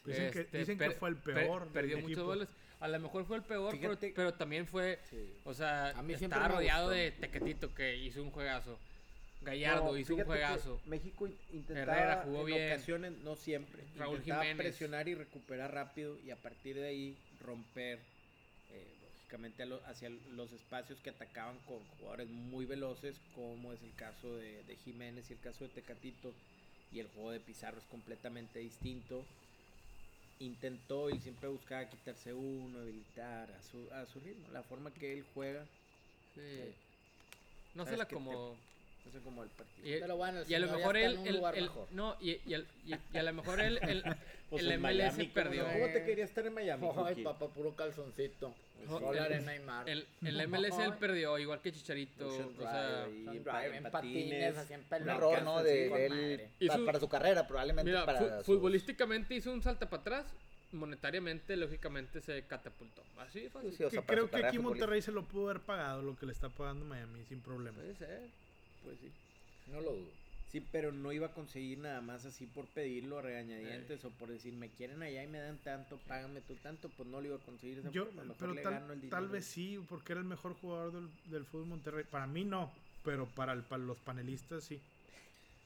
Este,
Dicen que- dicen que fue el peor del
perdió muchos
equipo.
goles. A lo mejor fue el peor, pero,
Fíjate-
pero también fue...
Sí.
O sea,
A mí siempre
estaba
me
rodeado
gustó.
de Tequetito que hizo un juegazo. Gallardo
No,
hizo un
fíjate que
juegazo.
México in- intentaba
Herrera jugó
en
bien.
ocasiones, no siempre,
Raúl
intentaba
Jiménez.
presionar y recuperar rápido y a partir de ahí romper eh, lógicamente a lo- hacia los espacios que atacaban con jugadores muy veloces, como es el caso de, de Jiménez y el caso de Tecatito y el juego de Pizarro es completamente distinto. Intentó y siempre buscaba quitarse uno, habilitar a su, a su ritmo, la forma que él juega,
Sí. No se
Sabes
la
que te-
acomodó.
no sé cómo el partido.
Y,
Pero bueno, el
y a lo
señor ya
mejor
está
él,
en un
el-
lugar
el-
mejor.
no, y, y al- y- y a lo mejor él, el,
Pues
el
en
MLS
Miami, ¿cómo
perdió.
no? ¿Cómo te quería estar en Miami?
Ay,
Joaquín?
papá, puro calzoncito.
Pues
No,
Sol,
el-
arena y mar.
El, el MLS él perdió, igual que Chicharito.
Ocean
o sea,
Drive,
Son
ahí,
drive, en patines, así en
Un
pelota.
error, ¿no? De,
con
de
madre.
él,
Y
pa-
su-
para su carrera, probablemente.
mira,
para
fu-
sus-
futbolísticamente hizo un salto para atrás, monetariamente, lógicamente se catapultó. Así de
Pues,
fácil.
Sí, o sea,
Que
para
creo
su
que
carrera
aquí
futbolística.
Monterrey se lo pudo haber pagado lo que le está pagando Miami sin problema.
Puede ser.
Pues sí.
No lo dudo.
Sí, pero no iba a conseguir nada más así por pedirlo a regañadientes o por decir, me quieren allá y me dan tanto, págame tú tanto, pues no lo iba a conseguir de esa
Yo,
forma. Mejor
pero
le gano el
tal,
dinero.
tal vez sí, porque era el mejor jugador del, del fútbol Monterrey. Para mí no, pero para, el- para los panelistas sí.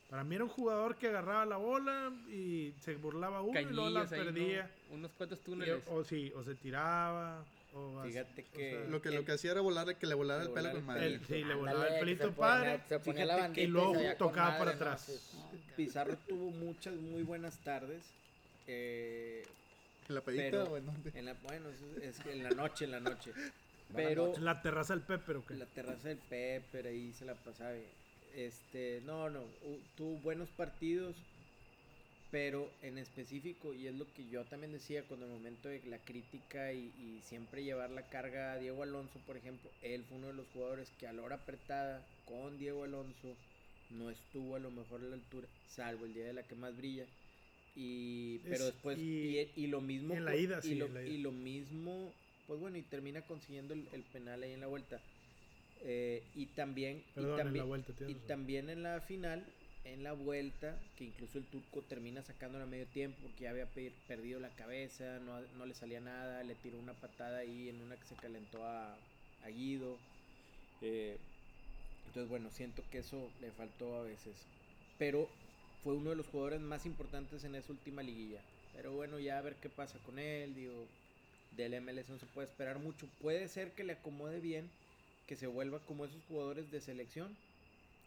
Para mí era un jugador que agarraba la bola y se burlaba uno y luego la
Cañillas ahí, ¿no?
perdía.
unos cuantos
Y-
túneles.
o sí, o se tiraba. O así,
Fíjate
o sea,
que-
Lo que, lo que hacía era volarle, que le volara
Le
el pelo
volara
con
eh, el
madre.
el- sí, le
Ándale,
volaba el
que
pelito
se ponía-
padre.
Se ponía la
Fíjate que
Y
bandita
luego
se veía con
tocaba
madre,
para
¿no?
atrás.
Pizarro tuvo muchas muy buenas tardes. eh,
¿En la pedita
Pero-
o en dónde?
en la, bueno, eso es, es que en la noche, en la noche. Pero
En la terraza del Pepe, ¿o qué?
en la terraza del Pepper, ahí se la pasaba bien. Este, no, no, hu- tuvo buenos partidos, pero en específico, y es lo que yo también decía cuando el momento de la crítica y, y siempre llevar la carga a Diego Alonso, por ejemplo, él fue uno de los jugadores que a la hora apretada con Diego Alonso no estuvo a lo mejor a la altura, salvo el día de la que más brilla. Y, pero
Es-
después,
y-
y, y lo mismo.
en la
co-
ida,
y
sí,
lo-
en la
y
ida.
lo mismo, pues bueno, y termina consiguiendo el, el penal ahí en la vuelta. Eh, y también,
Perdón,
y
en la
también,
vuelta.
y
tienes razón.
también en la final, en la vuelta, que incluso el turco termina sacándola a medio tiempo porque ya había pe- perdido la cabeza, no, no le salía nada, le tiró una patada ahí en una que se calentó a, a Guido. Eh, entonces, bueno, siento que eso le faltó a veces. Pero fue uno de los jugadores más importantes en esa última liguilla. Pero bueno, ya a ver qué pasa con él. Digo, del MLS no se puede esperar mucho. Puede ser que le acomode bien, que se vuelva como esos jugadores de selección,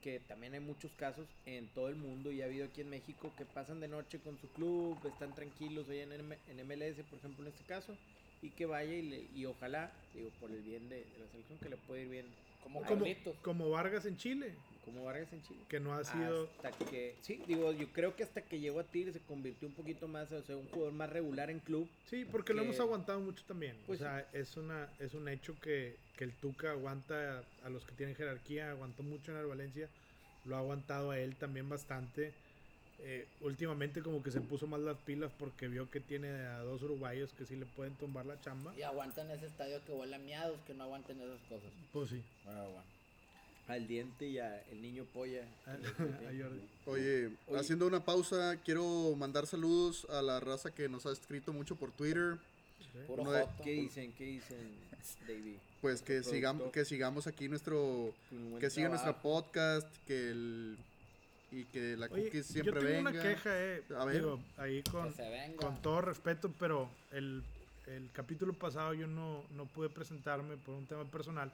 que también hay muchos casos en todo el mundo y ha habido aquí en México que pasan de noche con su club, están tranquilos allá en, M- en MLS, por ejemplo, en este caso, y que vaya y, le- y ojalá, digo, por el bien de, de la selección, que le puede ir bien
Como
Como,
Carlitos.
como Vargas en Chile,
Como Vargas en Chile.
que no ha sido.
Hasta que, sí, digo, yo creo que hasta que llegó a Tigres se convirtió un poquito más, o sea, un jugador más regular en club.
Sí, porque lo
que-
hemos aguantado mucho también.
Pues
o sea, es, una, es un hecho que, que el Tuca aguanta a los que tienen jerarquía, aguantó mucho en el Valencia, lo ha aguantado a él también bastante. Eh, últimamente como que se puso más las pilas porque vio que tiene a dos uruguayos que sí le pueden tumbar la chamba.
Y aguantan ese estadio que huele a miados, que no aguanten esas cosas.
Pues sí,
Al diente y a el niño polla.
a, a Jordi.
Oye,
Oye.
haciendo una pausa, quiero mandar saludos a la raza que nos ha escrito mucho por Twitter.
Puro
No, eh,
joto.
¿Qué dicen? ¿Qué dicen, David?
Pues que,
Producto.
sigamos que sigamos aquí nuestro... Que siga nuestro podcast, que el... Y que la
Oye,
cookie
yo
siempre
tengo
venga.
una queja, eh,
A ver.
digo, ahí
Que
con,
se venga.
con todo respeto, pero el, el capítulo pasado yo no, no pude presentarme por un tema personal,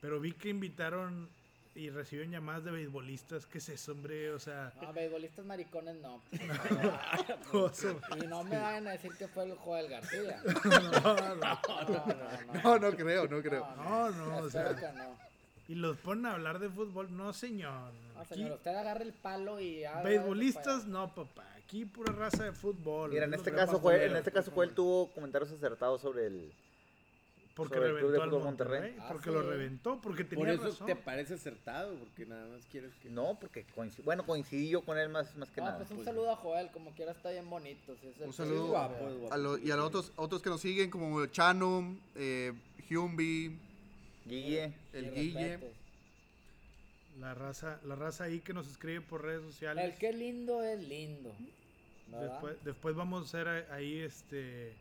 pero vi que invitaron y recibieron llamadas de beisbolistas, ¿qué es eso, hombre? O sea,
No, beisbolistas maricones no.
todo eso.
Y no me van a decir que fue el Joel García. No, no, no.
No, no creo, no creo.
No, no, o
espero
sea,
que no.
y los ponen a hablar de fútbol, no señor.
No, Ah,
Aquí,
señor, ah, usted agarra el palo y... haga lo que
beisbolistas, no, papá, aquí pura raza de fútbol.
Mira, en
es
este
lo que
caso,
más
Joel, en
culero.
este caso Joel tuvo comentarios acertados sobre el...
Porque
sobre el Club de
reventó al
Fútbol
Monterrey,
Monterrey.
Ah,
porque
sí.
lo reventó, porque tenía
Por eso
razón.
te parece acertado, porque nada más quieres que...
No, porque coinci- bueno, coincidí yo con él más, más que
Ah,
pueda. No,
nada.
pues un saludo a Joel, como quiera está bien bonito. si es el
Un
que-
saludo
Guapo, es guapo.
A lo- y a los otros, otros que nos siguen, como Chano, eh, Hyunbi,
Guille,
Mis
el Guille.
respetos.
La raza, la raza ahí que nos escribe por redes sociales.
El que lindo es lindo. ¿verdad?
Después, después vamos a hacer a- ahí este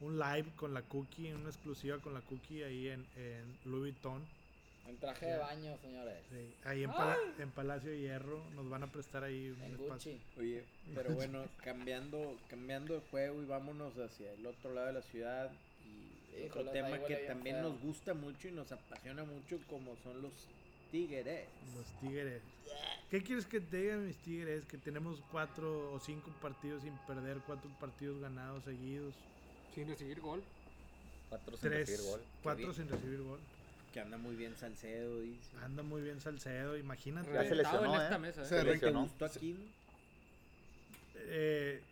un live con la cookie, una exclusiva con la cookie ahí en, en Louis Vuitton.
En traje de baño, señores.
sí, ahí en, Pala- en Palacio de Hierro nos van a prestar ahí un
En
espacio.
Gucci.
Oye, pero bueno, cambiando, cambiando de juego y vámonos hacia el otro lado de la ciudad. Y otro
Híjole, ahí
tema
huele
que
bien
también
feo.
nos gusta mucho y nos apasiona mucho como son los tigres.
Los Tigres. ¿Qué quieres que te digan mis Tigres? Que tenemos cuatro o cinco partidos sin perder, cuatro partidos ganados seguidos,
Sin recibir gol.
cuatro Pues sin
tres,
recibir gol.
cuatro
bien.
sin recibir gol.
Que anda muy bien Salcedo, dice.
Anda muy bien Salcedo, imagínate.
Ya se
Reventado en
lesionó,
esta
¿eh?
mesa. ¿eh?
Se-
Pero ¿Te
lesionó.
gustó aquí? no?
Eh,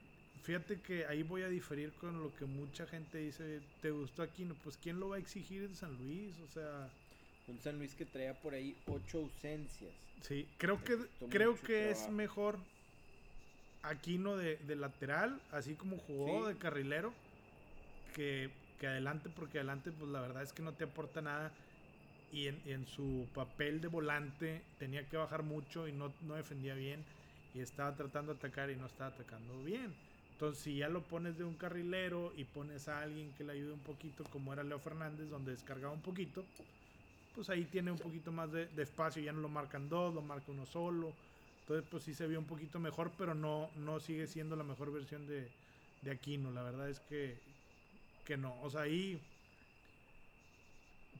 fíjate que ahí voy a diferir con lo que mucha gente dice. ¿Te gustó Aquino? Pues ¿quién lo va a exigir en San Luis? O sea,
Un San Luis que traía por ahí ocho ausencias.
sí. Creo que,
costó
creo
mucho
que es
trabajo.
mejor Aquino de, de lateral, así como jugó
Sí.
de carrilero, que, que adelante, porque adelante, pues la verdad es que no te aporta nada. Y en, y en su papel de volante tenía que bajar mucho y no, no defendía bien. y estaba tratando de atacar y no estaba atacando bien. Entonces, si ya lo pones de un carrilero y pones a alguien que le ayude un poquito, como era Leo Fernández, donde descargaba un poquito, pues ahí tiene un poquito más de, de espacio. Ya no lo marcan dos, lo marca uno solo. Entonces, pues sí se vio un poquito mejor, pero no, no sigue siendo la mejor versión de, de Aquino. La verdad es que, que no. O sea, ahí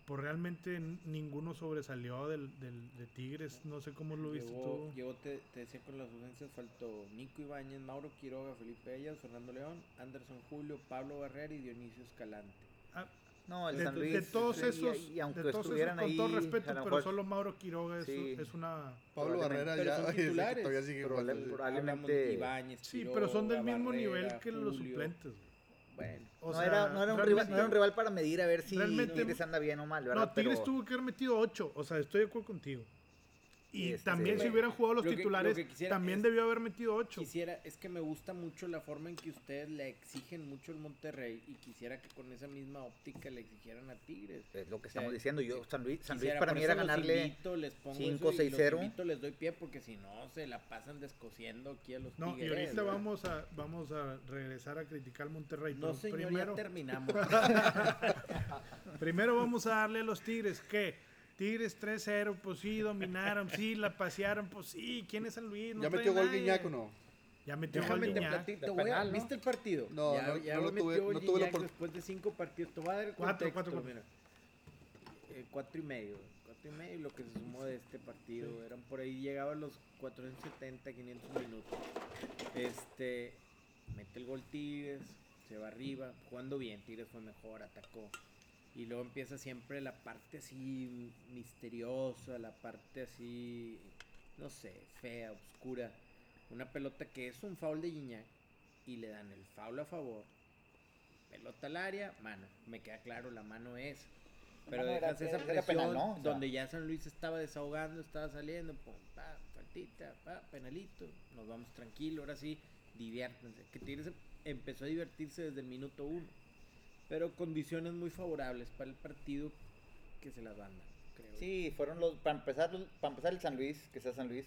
pues realmente n- ninguno sobresalió del, del- de Tigres. No sé cómo lo viste
Llegó,
tú.
llegó, te, te decía con las ausencias, faltó Nico Ibáñez, Mauro Quiroga, Felipe Ellas, Fernando León, Anderson Julio, Pablo Barrera y Dionisio Escalante.
Ah,
No, el
de,
San
de
Luis. este,
todos
y-
esos,
y, aunque
de todos esos
estuvieran
con
ahí,
todo
a lo
respeto, pero
mejor
solo Mauro Quiroga es,
Sí.
es una...
Pablo
Probablemente,
pero
Barrera
son
ya oye, ese que
titulares.
todavía sigue
Probable-
jugando.
Hablamos de
probablemente.
Ibáñez,
Sí,
Quiroga,
pero son del mismo
Barrera,
nivel que los
Julio.
suplentes. güey.
Bueno,
O
no,
sea,
era, no, era un rival, no era un
realmente-
rival para medir a ver si
realmente-
Tigres anda bien o mal, ¿verdad?
No, Tigres
Pero-
tuvo que haber metido 8, o sea, estoy de acuerdo contigo. Y
Este,
también si hubieran jugado los
lo que- lo
titulares,
que quisiera
también
es-
debió haber metido 8.
quisiera, es que me gusta mucho la forma en que ustedes le exigen mucho al Monterrey y quisiera que con esa misma óptica le exigieran a Tigres.
Es lo que
sea,
estamos diciendo. Yo, San Luis, San Luis
Quisiera,
para
por
mí
eso
era
los
ganarle.
invito, les pongo
5,
eso y
6-0.
Los invito, les doy pie porque si no se la pasan descosiendo aquí a los
No, y
tigres.
ahorita
¿verdad?
vamos a, vamos a regresar a criticar al Monterrey.
No,
pero
señor,
primero,
ya terminamos.
Primero vamos a darle a los Tigres que Tigres 3-0, pues sí, dominaron, sí, la pasearon, pues sí, ¿quién es San Luis? No
¿Ya
trae
metió gol
nadie.
Guiñaco no?
Ya metió
Déjame
gol
te
Guiñac.
platico. te voy a-
penal, ¿no?
¿Viste el partido?
No,
ya,
no,
ya
no
lo
lo tuve-
metió
no tuve la
Gignac
opor-
después de cinco partidos. Te voy a dar el contexto,
Cuatro, cuatro, cuatro.
mira. Eh, cuatro y medio. Cuatro y medio lo que se sumó de este partido. Eran por ahí, llegaba a los 470, 500 minutos. Este, mete el gol Tigres, se va arriba, jugando bien. Tigres fue mejor, atacó. Y luego empieza siempre la parte así misteriosa, la parte así, no sé, fea, oscura. Una pelota que es un foul de Gignac y le dan el foul a favor. Pelota al área, mano. Me queda claro, la mano es. Pero
mano era-
dejas esa
era- era
presión
penal, ¿no? O sea.
donde ya San Luis estaba desahogando, estaba saliendo, pum, pa, faltita, pa, penalito. Nos vamos tranquilo, ahora sí, diviértanse. Que Tigres empezó a divertirse desde el minuto uno. Pero condiciones muy favorables para el partido que se las van dando, creo.
Sí, fueron los. Para empezar, para empezar el San Luis, que sea San Luis.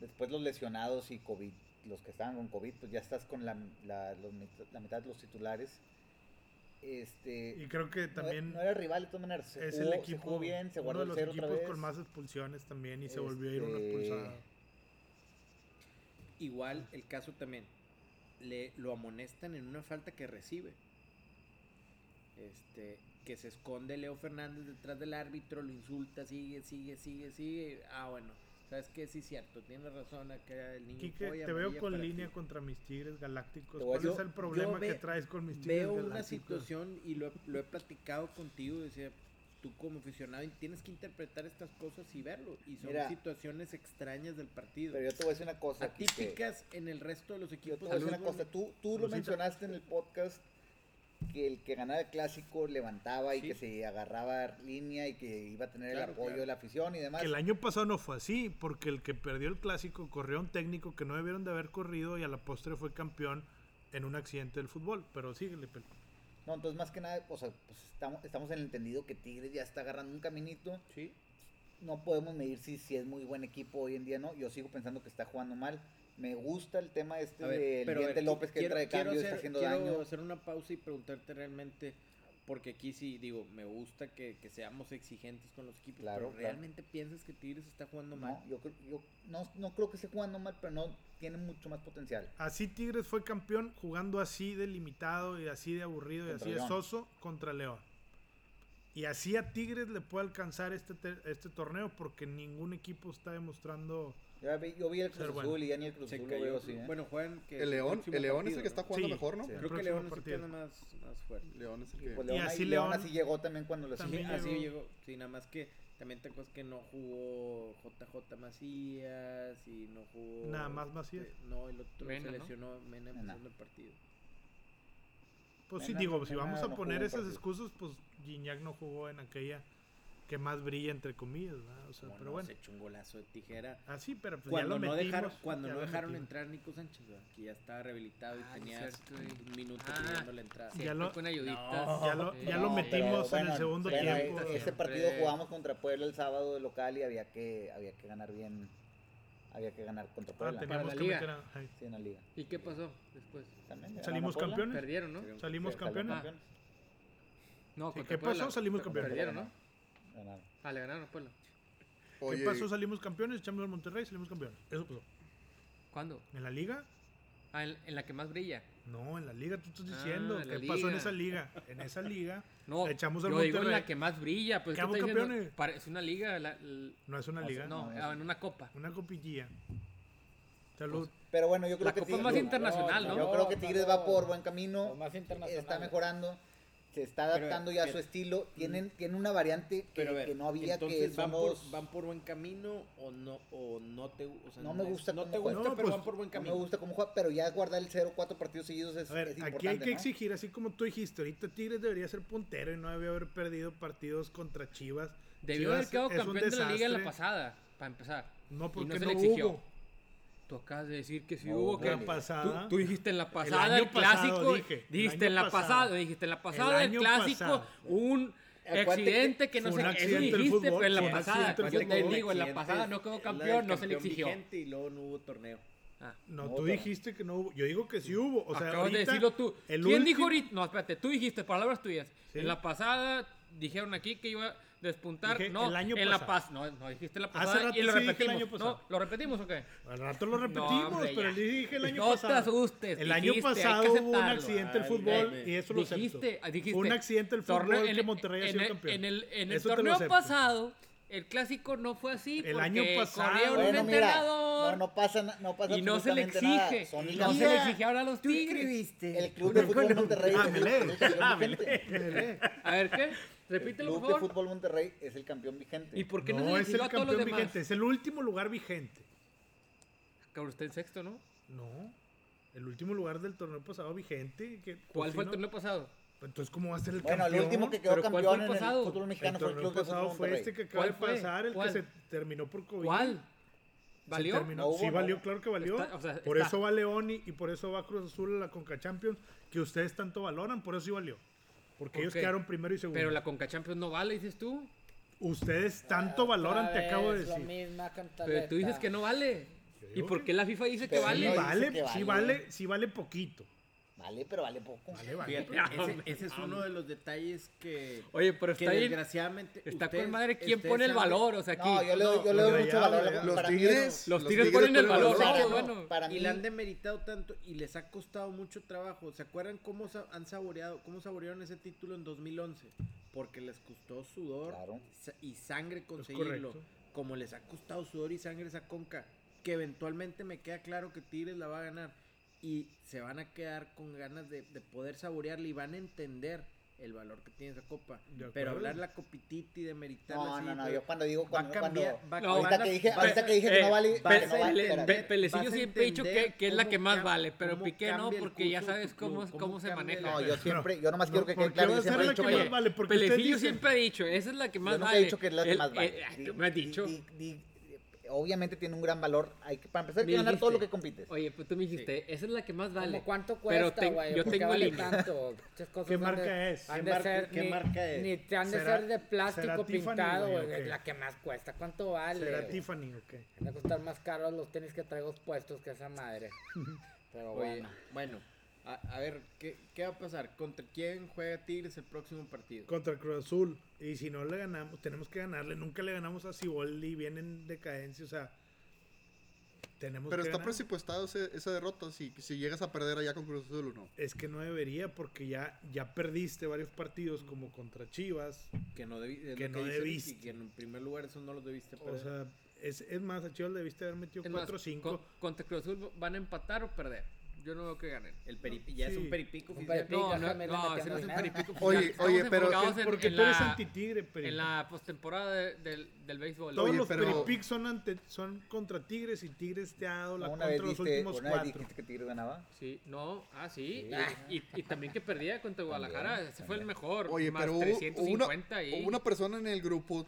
Después los lesionados y COVID. Los que estaban con COVID, pues ya estás con la, la, los mit- la mitad de los titulares. Este.
Y creo que
no-
también
No, era rival, de todas maneras. se
es
jugó-
el
se
equipo.
jugó bien, se
uno
guardó
de
el
los
cero otra
equipos con
vez.
más expulsiones también. Y se volvió a ir una
Este,
expulsada.
Igual el caso también. Le, lo amonestan en una falta que recibe. Este, que se esconde Leo Fernández detrás del árbitro, lo insulta, sigue, sigue, sigue, sigue. Ah, bueno, sabes que sí es cierto, tienes razón acá el niño.
Quique,
polla,
te veo
amarilla
con
para
línea
ti.
contra mis Tigres Galácticos.
Te voy a
¿Cuál es
decir-
el problema
yo ve-
que traes con mis Tigres
Veo una
Galácticos?
situación y lo, he- lo he platicado contigo, decía, tú como aficionado tienes que interpretar estas cosas y verlo. Y son
Mira.
situaciones extrañas del partido.
Pero yo te voy a decir una cosa. Quique.
Atípicas en el resto de los
Yo
equipos.
te voy a decir
de
una
fútbol.
cosa. Tú, tú lo
Salucita.
mencionaste en el podcast que el que ganaba el clásico levantaba y
Sí.
que se agarraba línea y que iba a tener
Claro,
el apoyo
claro.
de la afición y demás.
Que el año pasado no fue así, porque el que perdió el clásico corrió a un técnico que no debieron de haber corrido y a la postre fue campeón en un accidente del fútbol. Pero síguele, Pel.
No, entonces más que nada, o sea, pues estamos, estamos en el entendido que Tigres ya está agarrando un caminito.
Sí.
No podemos medir si, si es muy buen equipo hoy en día, ¿no? Yo sigo pensando que está jugando mal. Me gusta el tema este
A ver,
del
pero a ver,
Diente López que
quiero-
entra de
quiero
cambio y está
hacer-
haciendo
quiero
daño.
hacer una pausa y preguntarte realmente, porque aquí sí, digo, me gusta que, que seamos exigentes con los equipos,
Claro,
pero
claro.
¿realmente piensas que Tigres está jugando mal?
No, yo, creo- yo no, no creo que esté jugando mal, pero no tiene mucho más potencial.
Así Tigres fue campeón jugando así de limitado y así de aburrido y
Contra
así de
León.
soso contra León. Y así a Tigres le puede alcanzar este, te- este torneo porque ningún equipo está demostrando...
Yo vi, yo vi el Cruz
Pero bueno,
Azul y ya ni el Cruz
Se
Azul lo
cayó.
veo así, ¿eh?
Bueno, juegan que
El León,
próximo
el León es
partido,
el que está
¿no?
jugando
Sí,
mejor, ¿no?
sí.
Creo que
próximo
León es el que
partido.
anda más, más fuerte. Ah,
León es
Y
el que...
pues
Y
León,
así
así
León-
así llegó también cuando lo
También.
Sí,
llegó.
así llegó. Sí, nada más que también te acuerdas que no jugó JJ Macías y no jugó.
Nada más Macías.
este, No, el otro
Mena,
se
¿no?
lesionó Mena
Mena.
empezando el partido.
Pues sí,
Mena-
digo, si
Mena
vamos
no
a
jugó
poner
un
esas
partido.
excusas, pues Gignac no jugó en aquella que más brilla, entre comillas, ¿verdad? O sea,
Como
pero
no,
bueno.
Se echó un golazo de tijera.
Así, pero pues
cuando
ya lo
no
metimos,
dejaron, cuando
ya
no
lo
dejaron
metimos.
entrar Nico Sánchez, ¿verdad? que ya estaba rehabilitado y
Ah,
tenía
cierto, sí.
un minuto
Ah,
pidiendo la entrada.
Sí,
Ya
ya
lo-
lo, con ayuditas.
ya lo-
Sí.
ya lo
No,
metimos
pero-
en el segundo tiempo.
eh, Ese
Siempre.
partido jugamos contra Puebla el sábado de local y había que, había que ganar bien. Había que ganar contra
Ahora
Puebla.
Ah, teníamos
la
que
liga.
meter a- ay,
Sí, en la liga.
¿Y qué pasó después?
También le
Salimos
ganaron a Puebla.
campeones.
Perdieron, ¿no?
Salimos
Sí,
campeones.
campeón. No,
Sí,
contra
¿qué pasó?
Puebla.
Salimos
Pero
campeones.
Perdieron, ¿no?
Ganaron.
Ah, le ganaron a Puebla.
¿Qué
Oye,
pasó? Salimos campeones, echamos al Monterrey, salimos campeones. Eso pasó.
¿Cuándo?
¿En la liga?
Ah, en, en la que más brilla.
No, en la liga tú estás
Ah,
diciendo.
en
¿Qué
la
pasó en
liga.
esa liga? En esa liga
No,
echamos al
yo digo en
Monterrey.
la que más brilla. Pues, ¿qué
Quedamos
está diciendo?
campeones.
Pare- Es una liga. la- l-
No es una
O sea,
liga.
no,
no,
en una copa.
Una copillilla. Salud.
Pero bueno, yo creo
La
que
copa más internacional, ¿no?
Yo creo que
No,
Tigres
no,
va
no.
por buen camino.
Los más internacionales.
Está mejorando. Se está
Pero,
adaptando ya a su
pero-
estilo. Tienen, tienen una variante que,
Pero a ver,
que no había que
entonces
son
van, por,
los-
van por buen camino o no o no te gu- o sea,
No me
es-
gusta
no
cómo
te gusta,
juegan. No,
pero
pues,
van por buen
no me
camino.
gusta cómo juega, pero ya guardar el 0 cuatro partidos seguidos es,
A ver,
es
aquí hay
importante,
que
¿no?
exigir, así como tú dijiste, ahorita Tigres debería ser puntero y no debió haber perdido partidos contra Chivas.
Debió
Chivas
haber quedado
es un
campeón de la liga en la
desastre.
pasada, para empezar.
No,
Y
porque
se
no,
le exigió.
hubo.
Tú acabas de decir que sí
No
hubo
hubo.
que.
La
Tú-
pasada.
Tú, tú dijiste en la pasada el,
año pasado
clásico.
dije, el
dijiste
año
en la
pasado.
pasada. Dijiste en la
El
pasada el,
año
clásico.
pasado.
Un
Acuérdate
accidente que,
que
no
fue
se.
un
Eso
accidente del
dijiste,
fútbol,
pero en
fue
la
un
pasada.
Ah, pues,
accidente del
Yo te
fútbol.
digo, en la
Accidentes,
pasada no quedó
la del
campeón, no se
campeón
le exigió.
vigente y luego no hubo torneo.
Ah.
No,
No,
tú
también.
dijiste que no hubo. Yo digo que sí hubo. O sea,
Acabas
ahorita,
de decirlo tú.
el
¿Quién dijo
último-
ahorita? No, espérate, tú dijiste palabras tuyas.
Sí.
En la pasada dijeron aquí que iba a despuntar.
Dije,
no,
el año
en
pasado.
la paz. No, no dijiste la
Hace
pasada
rato
y lo
sí dije el
repetimos.
año pasado.
No, lo repetimos o qué?
Al rato lo
No,
repetimos,
hombre,
pero
ya.
le dije el año
No te
pasado.
asustes,
El año
dijiste, hay que
pasado hubo un
aceptarlo.
accidente del
Ay,
fútbol
dime.
y eso lo acepto.
dijiste, dijiste.
Fue un accidente del fútbol
torneo-
que Monterrey ha
en
sido
el-
campeón.
En el, en el
Eso te lo
torneo
acepto.
pasado, el clásico no fue así.
El
porque
año pasado.
corrieron un
Bueno, mira,
entrenador
no, no pasa, na- no pasa
y no se le
absolutamente nada.
exige.
Son
Y
el
no se
campeón.
le exige ahora a los
Tú
Tigres.
escribiste.
El Club de Fútbol Monterrey.
Ah, me lee,
es el campeón
ah, me
vigente.
A ver, ¿qué?
El
Repítelo,
Club
por
de
favor.
Fútbol Monterrey es el campeón vigente.
¿Y por qué no,
no,
se le
es el
exhibió a todos los
campeón
demás?
vigente, es el último lugar vigente.
Cabrón, está en sexto, ¿no?
No, el último lugar del torneo pasado vigente. que- pues,
¿Cuál fue
si
el
no-
torneo pasado?
Entonces, ¿cómo va a ser el
Bueno, el
campeón?
último que quedó
¿Pero cuál fue
campeón
el
en el
pasado?
fútbol
El
mexicano fue el Club
torneo
de Fútbol
pasado fue
Monterrey.
este que acaba de
¿Cuál fue?
pasar, el
¿Cuál?
que se terminó por COVID.
¿Cuál?
Se
¿Valió?
terminó-
No hubo,
sí,
no
valió,
hubo.
claro que valió.
Está- o sea,
por
está.
eso va León y, y por eso va Cruz Azul a la Conca Champions, que ustedes tanto valoran, por eso sí valió. Porque
¿Por
ellos
qué?
quedaron primero y segundo.
Pero la Conca Champions no vale, dices tú.
Ustedes tanto valoran, te acabo de
Otra vez
decir.
Lo misma cantaleta.
Pero tú dices que no vale. ¿Y
digo
por
que-
qué la FIFA dice que
Pero
Sí
vale?
no,
vale,
dice que
sí
vale.
vale, sí vale poquito. Eh,
Vale, pero vale poco.
Vale, vale.
Fíjate, ese, ese es uno de los detalles que,
Oye, pero
que
está bien-
desgraciadamente
Está
ustedes-
con madre quién
ustedes
pone el
saben-
valor, o sea, aquí.
No, yo le doy, yo
no,
le doy
los
mucho
rayados,
valor.
los
para
Los
mí
tigres,
Los Tigres ponen el
no.
valor,
Se
¿no?
ganó,
Bueno.
Para mí,
Y le han demeritado tanto y les ha costado mucho trabajo. ¿Se acuerdan cómo sa- han saboreado, cómo saborearon ese título en 2011? Porque les costó sudor
Claro.
sa- y sangre conseguirlo.
correcto.
Como les ha costado sudor y sangre esa conca. Que eventualmente me queda claro que Tigres la va a ganar. Y se van a quedar con ganas de, de poder saborearla y van a entender el valor que tiene esa copa.
De
Pero
acuerdo.
hablar la copitita y demeritarla
no,
así,
no, no,
pero
yo cuando digo,
va a
cuando, cuando
cambiar. va a-
No,
van
ahorita
a-
que dije,
va-
ahorita que dije que
Eh,
no vale,
Pe-
que no
Pe-
vale,
Pe-
espérate.
Pe-
Pe-
Pelecillo
vas a
siempre ha dicho que,
entender
que es la
cómo
que más
cam-
vale, pero
cómo
Piqué no,
cambia el
porque ya
curso de
sabes
tu
cómo,
club,
cómo,
cómo
se
cambia el-
maneja.
No, yo siempre, yo nomás
No,
quiero que
¿por
quede
qué
claro
va
que
a ser
siempre he
la
dicho
que
que
más vale? Porque ustedes
Pelecillo
dicen-
siempre ha dicho, esa es la que más
yo nunca
vale.
he dicho que es la que
El-
más vale.
eh, ah,
Di-
tú me has
di-
dicho.
di- di- obviamente tiene un gran valor. Hay que, para empezar, hay que
Me
ganar todo lo
dijiste.
que compites.
Oye, pues tú me dijiste, esa es la que más vale.
¿Cómo ¿Cuánto
Pero
cuesta,
ten-
güey? ¿Por
yo
qué
tengo
vale
línea.
tanto? Muchas cosas
¿Qué
han de-
marca es?
han
¿Qué
de
marca-
ser-
qué
ni-
marca es?
Ni te han de
¿Será-
ser de
será
plástico
Tiffany,
pintado,
güey, o
güey.
qué?
La que más cuesta. ¿Cuánto vale?
¿Será
güey?
Tiffany o qué?
Van a costar más caros los tenis que traigo puestos que esa madre. Pero
Oye,
bueno.
bueno, a, a ver, ¿qué, qué va a pasar? ¿Contra quién juega Tigres el próximo partido?
Contra Cruz Azul. Y si no le ganamos, tenemos que ganarle. Nunca le ganamos a Ciboldi. Viene en decadencia. O sea, tenemos
pero
que
está
ganar.
presupuestado ese- esa derrota si, si llegas a perder allá con Cruz Azul o no.
Es que no debería porque ya, ya perdiste varios partidos como contra Chivas.
Que no, debi- es lo
Que no
dice Ricky,
debiste.
Que en primer lugar eso no lo debiste
O
perder.
sea, es, es más, a Chivas le debiste haber metido
Es más,
4-5.
con- contra Cruz Azul van a empatar o perder. Yo no veo que ganen.
el peripi- ya es
sí.
un peripico
Un
oficial.
peripico.
No,
Pica,
no,
Jaime, le
no,
metió
ese no es un
nada.
peripico.
Oye,
Estamos
oye, pero
enfocados en-
Porque
en
tú eres
la-
antitigre, pero
En la postemporada de- del, del béisbol.
Todos
Oye,
los
pero-
peripics son, ante, son contra Tigres y Tigres te ha dado la
Una
contra
vez
los
dijiste,
últimos
una vez
cuatro.
dijiste que Tigres ganaba.
Sí, no, ah, sí.
Sí.
Ah, Y, y también que perdía contra Guadalajara. Ese fue el mejor.
Oye,
más
pero hubo, hubo una,
350 y...
hubo una persona en el grupo,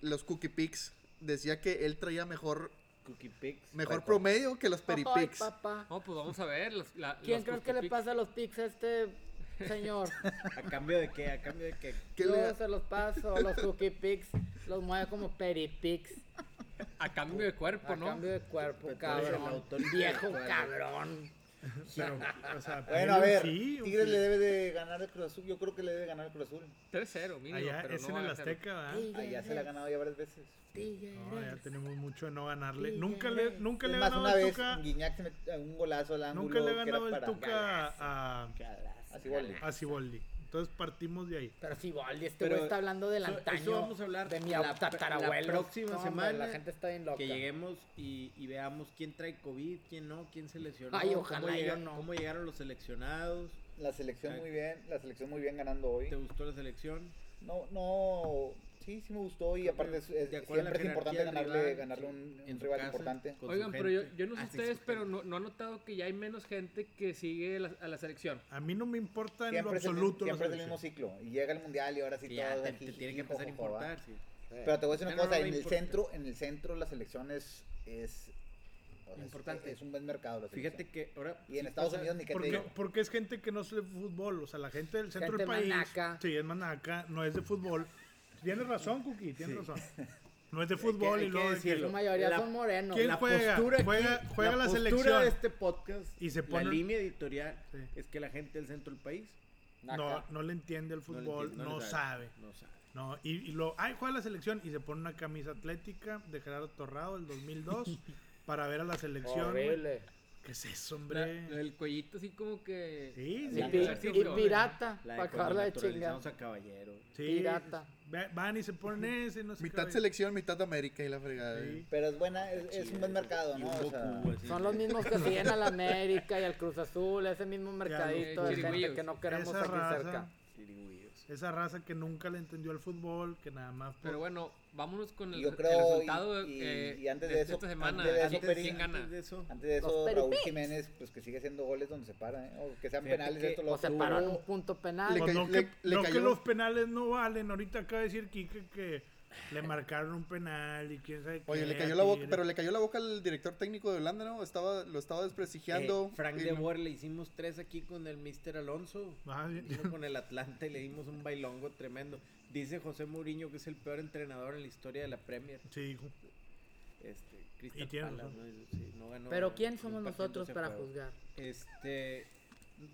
los Cookie Picks, decía que él traía mejor,
Cookie Picks.
mejor promedio que los
Ay,
Peripicks.
papá.
No, pues vamos a ver. Los, la-
¿Quién
los
crees que le
Cookie
pasa a los pics a este señor?
¿A cambio de qué? ¿A cambio de qué?
¿Qué
Yo
le-
se los paso, los cookie pics, los mueve como peripics.
Picks. A cambio de cuerpo,
A
¿no?
cambio de cuerpo,
Pero tú eres el
cabrón.
autor
Viejo
intelectual.
cabrón.
Pero, o sea,
Bueno, a
pero
ver,
Ah, sí, o
Tigres
sí.
le debe de ganar el Cruz Azul. Yo creo que le debe ganar el Cruz Azul.
3-0, mínimo.
Allá
pero
es
no
en
va
el
a ser-
Azteca, ¿verdad?
Allá se la ha ganado ya varias veces.
Tigres.
No, ya tenemos mucho de no ganarle.
Sí,
Nunca
ya
le,
ves.
nunca le
es
ha
más,
ganado
una
el
vez
Tuca.
Guiñac se metió un golazo al ángulo.
Nunca le
que
ha
era
ganado el
para-
Tuca a,
Ah,
Así vale.
a Siboldi. Entonces partimos de ahí.
Pero si Valdi, este
Pero
güey está hablando del
eso-
antaño.
eso vamos a hablar
de mi
la-
tatarabuelo.
la próxima
No, hombre,
semana
La gente está bien loca.
Que lleguemos y, y veamos quién trae COVID, quién no, quién se lesionó.
Ay,
cómo
ojalá yo
llega-
no.
¿Cómo llegaron los seleccionados?
La selección muy bien, la selección muy bien ganando hoy.
¿Te gustó la selección?
No, no, sí, sí me gustó y
Creo
aparte
que
es- es-
de acuerdo a la
siempre es importante
jerarquía del
ganarle,
rival,
ganarle
en-
un,
en
un
su
rival
casa,
importante.
con su
Oigan, pero yo,
gente.
yo no sé
Ah, sí,
ustedes,
su
pero
gente.
no, no han notado que ya hay menos gente que sigue la- a la selección.
A mí no me importa en lo
Siempre, es el,
absoluto. la
siempre es el mismo
selección.
ciclo. Y llega el mundial y ahora sí
Sí, ya,
todo
te,
es
te
jiji,
tiene que empezar a
jojojo, ¿va?
importar, sí.
Pero te voy a decir
Ya Eh, no,
una
no
cosa,
me
en el
importa.
centro, en el centro la selección es, es o sea, es-
Importante.
Es, un buen mercado la selección.
Fíjate que ahora...
y en
sí
Estados
pasa-
Unidos ni que te
Porque,
digo.
porque es gente que no es de fútbol. O sea, la gente del centro
Gente
del país.
manaca.
Sí, es manaca, no es de fútbol. Tienes razón, Cookie, tienes razón. No es de fútbol
hay
y
que
luego de que-
decirlo.
La mayoría
La-
son morenos.
¿Quién
la
juega?
postura aquí,
Juega- juega la
postura
selección.
de este podcast
Y se
la
ponen-
línea editorial
Sí.
es que la gente del centro del país
no, no le entiende el
no le
fútbol,
entiende,
no,
le
sabe.
no sabe.
No, y, y lo, ay, juega la selección y se pone una camisa atlética de Gerardo Torrado del 2002 para ver a la selección. güey.
Horrible.
¿Qué es eso,
La-
hombre?
el cuellito así como que...
Sí,
Y,
sí.
La-
pi-
la-
y
la-
pirata,
La
para
de cuando
acabarla de chingar.
naturalizamos a caballero.
sí.
pirata.
Ve- Van y se ponen ese, no sé
Mitad
qué.
selección, mitad América y la fregada.
pues, Sí.
Pero es buena, es, es un buen mercado,
Y
¿no?
un
O
Goku,
sea,
así.
Son los mismos que siguen al América y al Cruz Azul, ese mismo mercadito de gente
chirigüillos.
que no queremos
Esa
aquí
raza.
cerca.
Chirigüillos.
Esa raza que nunca le entendió al fútbol, que nada más. por-
Pero bueno, vámonos con el,
Yo
el
creo,
resultado
y- y-
eh,
y antes de eso-
esta semana.
antes Eh, de eso,
¿Quién-
Peri-
¿Quién gana?
Antes de eso,
Antes de eso,
Los
Raúl Jiménez, pues que sigue haciendo goles donde se para, ¿eh? O que sean
Fíjate
penales,
que-
esto lo
O se
otro.
paró en un punto penal.
Le
Pues
ca-
no, que,
le
no que
cayó-
los penales no valen. Ahorita acaba de decir Quique que le marcaron un penal y quién sabe
Oye,
qué,
le
a
cayó la boca,
Tigres.
pero le cayó la boca al director técnico de Holanda, ¿no? Estaba, lo estaba desprestigiando.
eh, Frank
y
de
no-
Boer le hicimos tres aquí con el Mister Alonso.
Ah, bien.
Vino con el Atlanta y le dimos un bailongo tremendo. Dice José Mourinho que es el peor entrenador en la historia de la Premier.
Sí, hijo.
Este, Crystal
Y tiene
Palace,
razón.
¿no? Es- sí, no ganó
Pero
ni
¿quién
un
somos
partido
nosotros
ese
para
juego.
juzgar?
Este,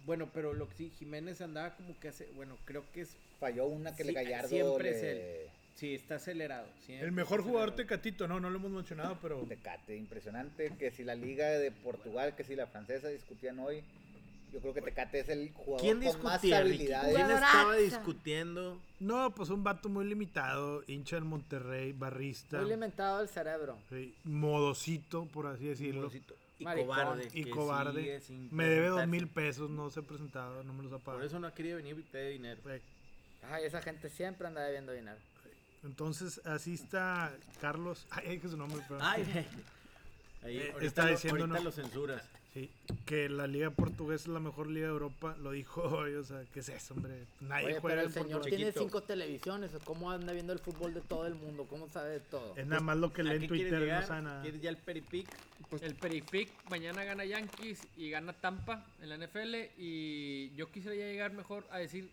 bueno, pero lo que sí, Jiménez andaba como que hace, bueno, creo que es,
Falló una que
Sí,
le Gallardo
siempre
le...
es sí, está acelerado. siempre
El mejor
pues,
está
jugador
acelerado.
tecatito, no, no lo hemos mencionado, pero.
Tecate, impresionante. Que si la Liga de Portugal, que si la francesa discutían hoy, yo creo que Tecate es el jugador
¿Quién
con más
discutía, Ricky?
habilidades.
¿Quién estaba
Jugadoraza.
discutiendo?
No, pues un vato muy limitado, hincha del Monterrey, barrista,
Muy alimentado el cerebro.
sí, modosito, por así decirlo,
Y
Maricón.
cobarde.
y
que
cobarde.
sigue sin
Me debe dos
presentarse.
mil pesos, no se ha presentado, no me los ha
Por
pagado.
eso no ha querido venir y te dé dinero.
Sí.
Ay, esa gente siempre anda debiendo dinero.
Entonces, así está Carlos. Ay, dije su nombre, perdón.
Ay, ahí,
Eh,
ahorita
está
lo-
diciéndonos-
ahorita lo censuras.
Sí, que la liga portuguesa es la mejor liga de Europa, lo dijo hoy, o sea, ¿qué es eso, hombre? Nadie
Oye,
juega
pero el
en
señor
Portugal.
tiene
Chiquito.
cinco televisiones. ¿Cómo anda viendo el fútbol de todo el mundo? ¿Cómo sabe de todo?
Es nada más lo que
¿A
lee en
qué quieres
Twitter, no
llegar?
sabe nada.
¿Quieres ya el peripic?
pues,
El Peripic mañana gana Yankees y gana Tampa en la NFL y yo quisiera ya llegar mejor a decir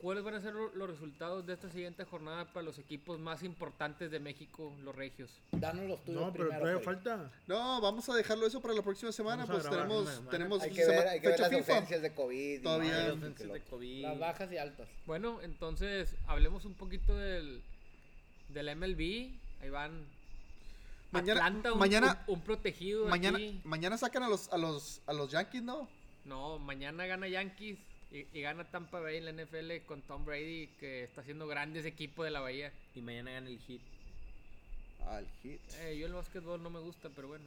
cuáles van a ser lo- los resultados de esta siguiente jornada para los equipos más importantes de México, los regios.
Danos los tuyos
No, pero
primero.
todavía
Freddy.
falta.
No, vamos a dejarlo eso para la próxima semana.
Vamos
Pues
a grabar
tenemos,
una semana.
tenemos
Hay que ver, hay que ver
fecha
las
FIFA.
ausencias de COVID. y
Todavía.
madre,
Las
Las
qué
ausencias de
loco.
COVID.
Las bajas y altas.
Bueno, entonces hablemos un poquito del, del MLB. Ahí van.
Mañana-
Atlanta, un,
mañana-
un- un protegido.
Mañana,
aquí.
mañana sacan a los, a los, a los Yankees, ¿no?
No, mañana gana Yankees y, y gana Tampa Bay en la NFL con Tom Brady, que está haciendo grandes equipo de la Bahía.
Y mañana gana el hit.
Al hit.
Eh, yo el básquetbol no me gusta, pero bueno.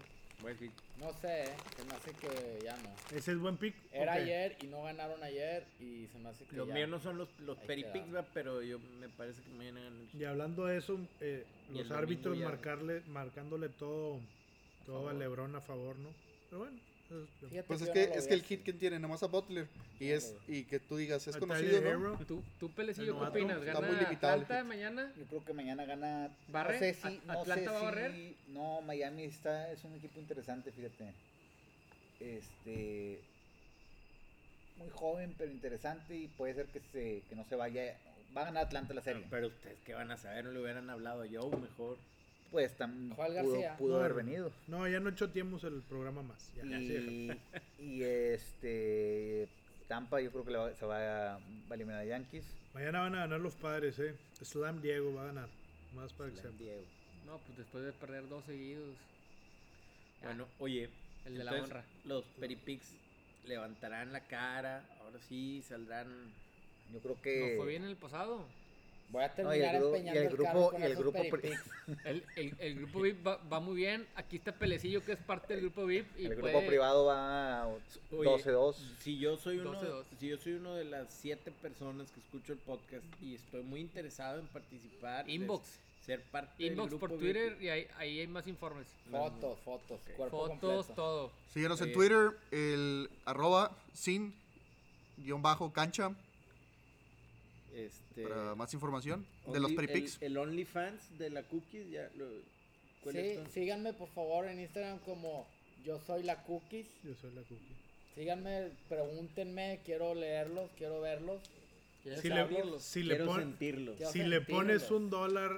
No sé, eh, se me hace que ya no.
Ese es buen pick.
Era
Ok.
ayer y no ganaron ayer y se me hace que
Los
ya.
míos no son los, los
Ahí
peripics,
queda.
va, pero yo me parece que mañana gana el hit.
Y hablando de eso, eh,
Y el
los
domingo
árbitros
ya.
marcarle, marcándole todo, todo a Lebrón a favor, ¿no? Pero bueno, eso es-
Fíjate
Pues es
yo
que,
no lo
es
vi
que el
así.
hit que tiene, nomás a Butler. Y,
Yo
es,
no
y que tú digas, es
A
conocido,
Tyler
¿no?
Herro.
¿Tú, tú Pelecillo,
El
qué
novato
opinas?
está
¿Gana
muy limitado el
Atlanta
hit.
mañana?
Yo creo que mañana gana.
¿Barre?
No sé si.
¿A-
no sé
Atlanta va a
si-
barrer?
No, Miami está, es un equipo interesante, fíjate. Este. Muy joven, pero interesante y puede ser que, se, que no se vaya. Va a ganar Atlanta la serie.
Pero ustedes qué van a saber, no le hubieran hablado yo mejor.
Pues también
Juan
pudo,
García.
pudo
No,
haber
no.
venido.
No, ya no choteemos el programa más. ya.
Y, y, este. Tampa, yo creo que le va- se va a, va a eliminar a Yankees.
Mañana van a ganar los padres, ¿eh? Slam Diego va a ganar. Más para que sepan.
Diego.
No, pues después de perder dos seguidos. Ya,
Bueno, oye,
el de la
entonces,
honra.
Los peripics levantarán la cara, ahora sí saldrán.
Yo creo
No
que.
fue bien en el pasado.
Voy a
No, y
terminar
el, gru- y
empeñando
el
el, carro
grupo.
con
Y el
esos
grupo. pri-
peripics.
El, el- el grupo VIP va, va muy bien. Aquí está Pelecillo, que es parte del grupo VIP. Y
El grupo
puede-
privado va a
Oye,
12-2.
Si yo soy uno,
12-2.
si yo soy uno de las siete personas que escucho el podcast y estoy muy interesado en participar, de
Inbox.
ser parte del
Inbox
grupo
por Twitter
VIP.
y ahí, ahí hay más informes.
Fotos, fotos, cuerpo
Fotos,
completo.
todo.
Síguenos en
Oye.
Twitter, el arroba sin guión bajo cancha
Este,
para más información de
only-
los peripics.
El, el OnlyFans de la Cookies ya lo- ¿cuál es
Sí,
entonces?
síganme por favor en Instagram como yo soy la cookies.
Yo soy la cookie.
Síganme, pregúntenme, quiero leerlos, quiero verlos.
Si le,
saberlos?
si le
Quiero
pon-
sentirlo.
Yo
si le
sentirlo.
pones un dólar,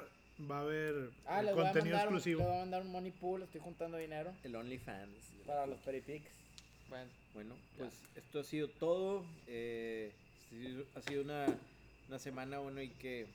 va a haber
Ah,
eh,
les voy, a
contenido
mandar un, les
exclusivo.
voy a mandar un money pool, estoy juntando dinero
El OnlyFans.
para los peripics.
Bueno,
Bueno, pues esto ha sido todo. eh, sí, ha sido una, una semana, bueno, y que...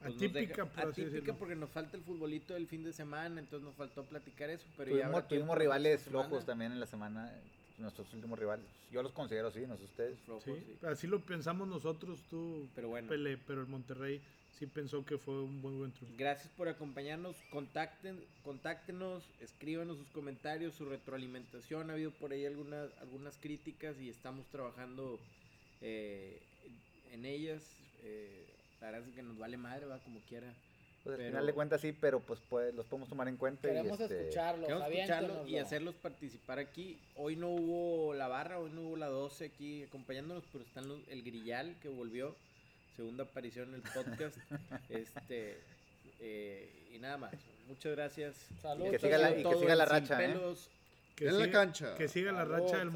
pues, nos
Atípica, por así
atípica
decirlo.
porque nos falta el futbolito del fin de semana, entonces nos faltó platicar eso, pero ya... habrá
Tuvimos,
tiempo
tuvimos
la
rivales
próxima semana.
flojos también en la semana. nuestros últimos rivales. Yo los considero así, no sé ustedes.
Flojos,
Pues,
Sí,
sí.
así lo pensamos nosotros, tú,
Pero bueno.
Pele, pero el Monterrey sí pensó que fue un buen buen triunfo.
Gracias por acompañarnos. Contacten, contáctenos, escríbanos sus comentarios, su retroalimentación. Ha habido por ahí algunas, algunas críticas y estamos trabajando eh, en ellas. Eh, la verdad es que nos vale madre, va como quiera.
Pues al
Pero-
final de cuentas sí, pero pues, pues, los podemos tomar en cuenta. y,
Queremos
este,
escucharlos,
Queremos escucharlos y
aviéntenoslo.
hacerlos participar aquí. Hoy no hubo la barra, hoy no hubo la 12 aquí acompañándonos, pero están los- el grillal que volvió, segunda aparición en el podcast. este eh, Y nada más, muchas gracias.
Salud,
Que
Esto
siga
ha
la-
sido
y que
todo
siga la
en Sin
racha, ¿eh?
Pelos.
Que
en la
siga-
cancha.
Que siga la
Salud,
racha del
salud.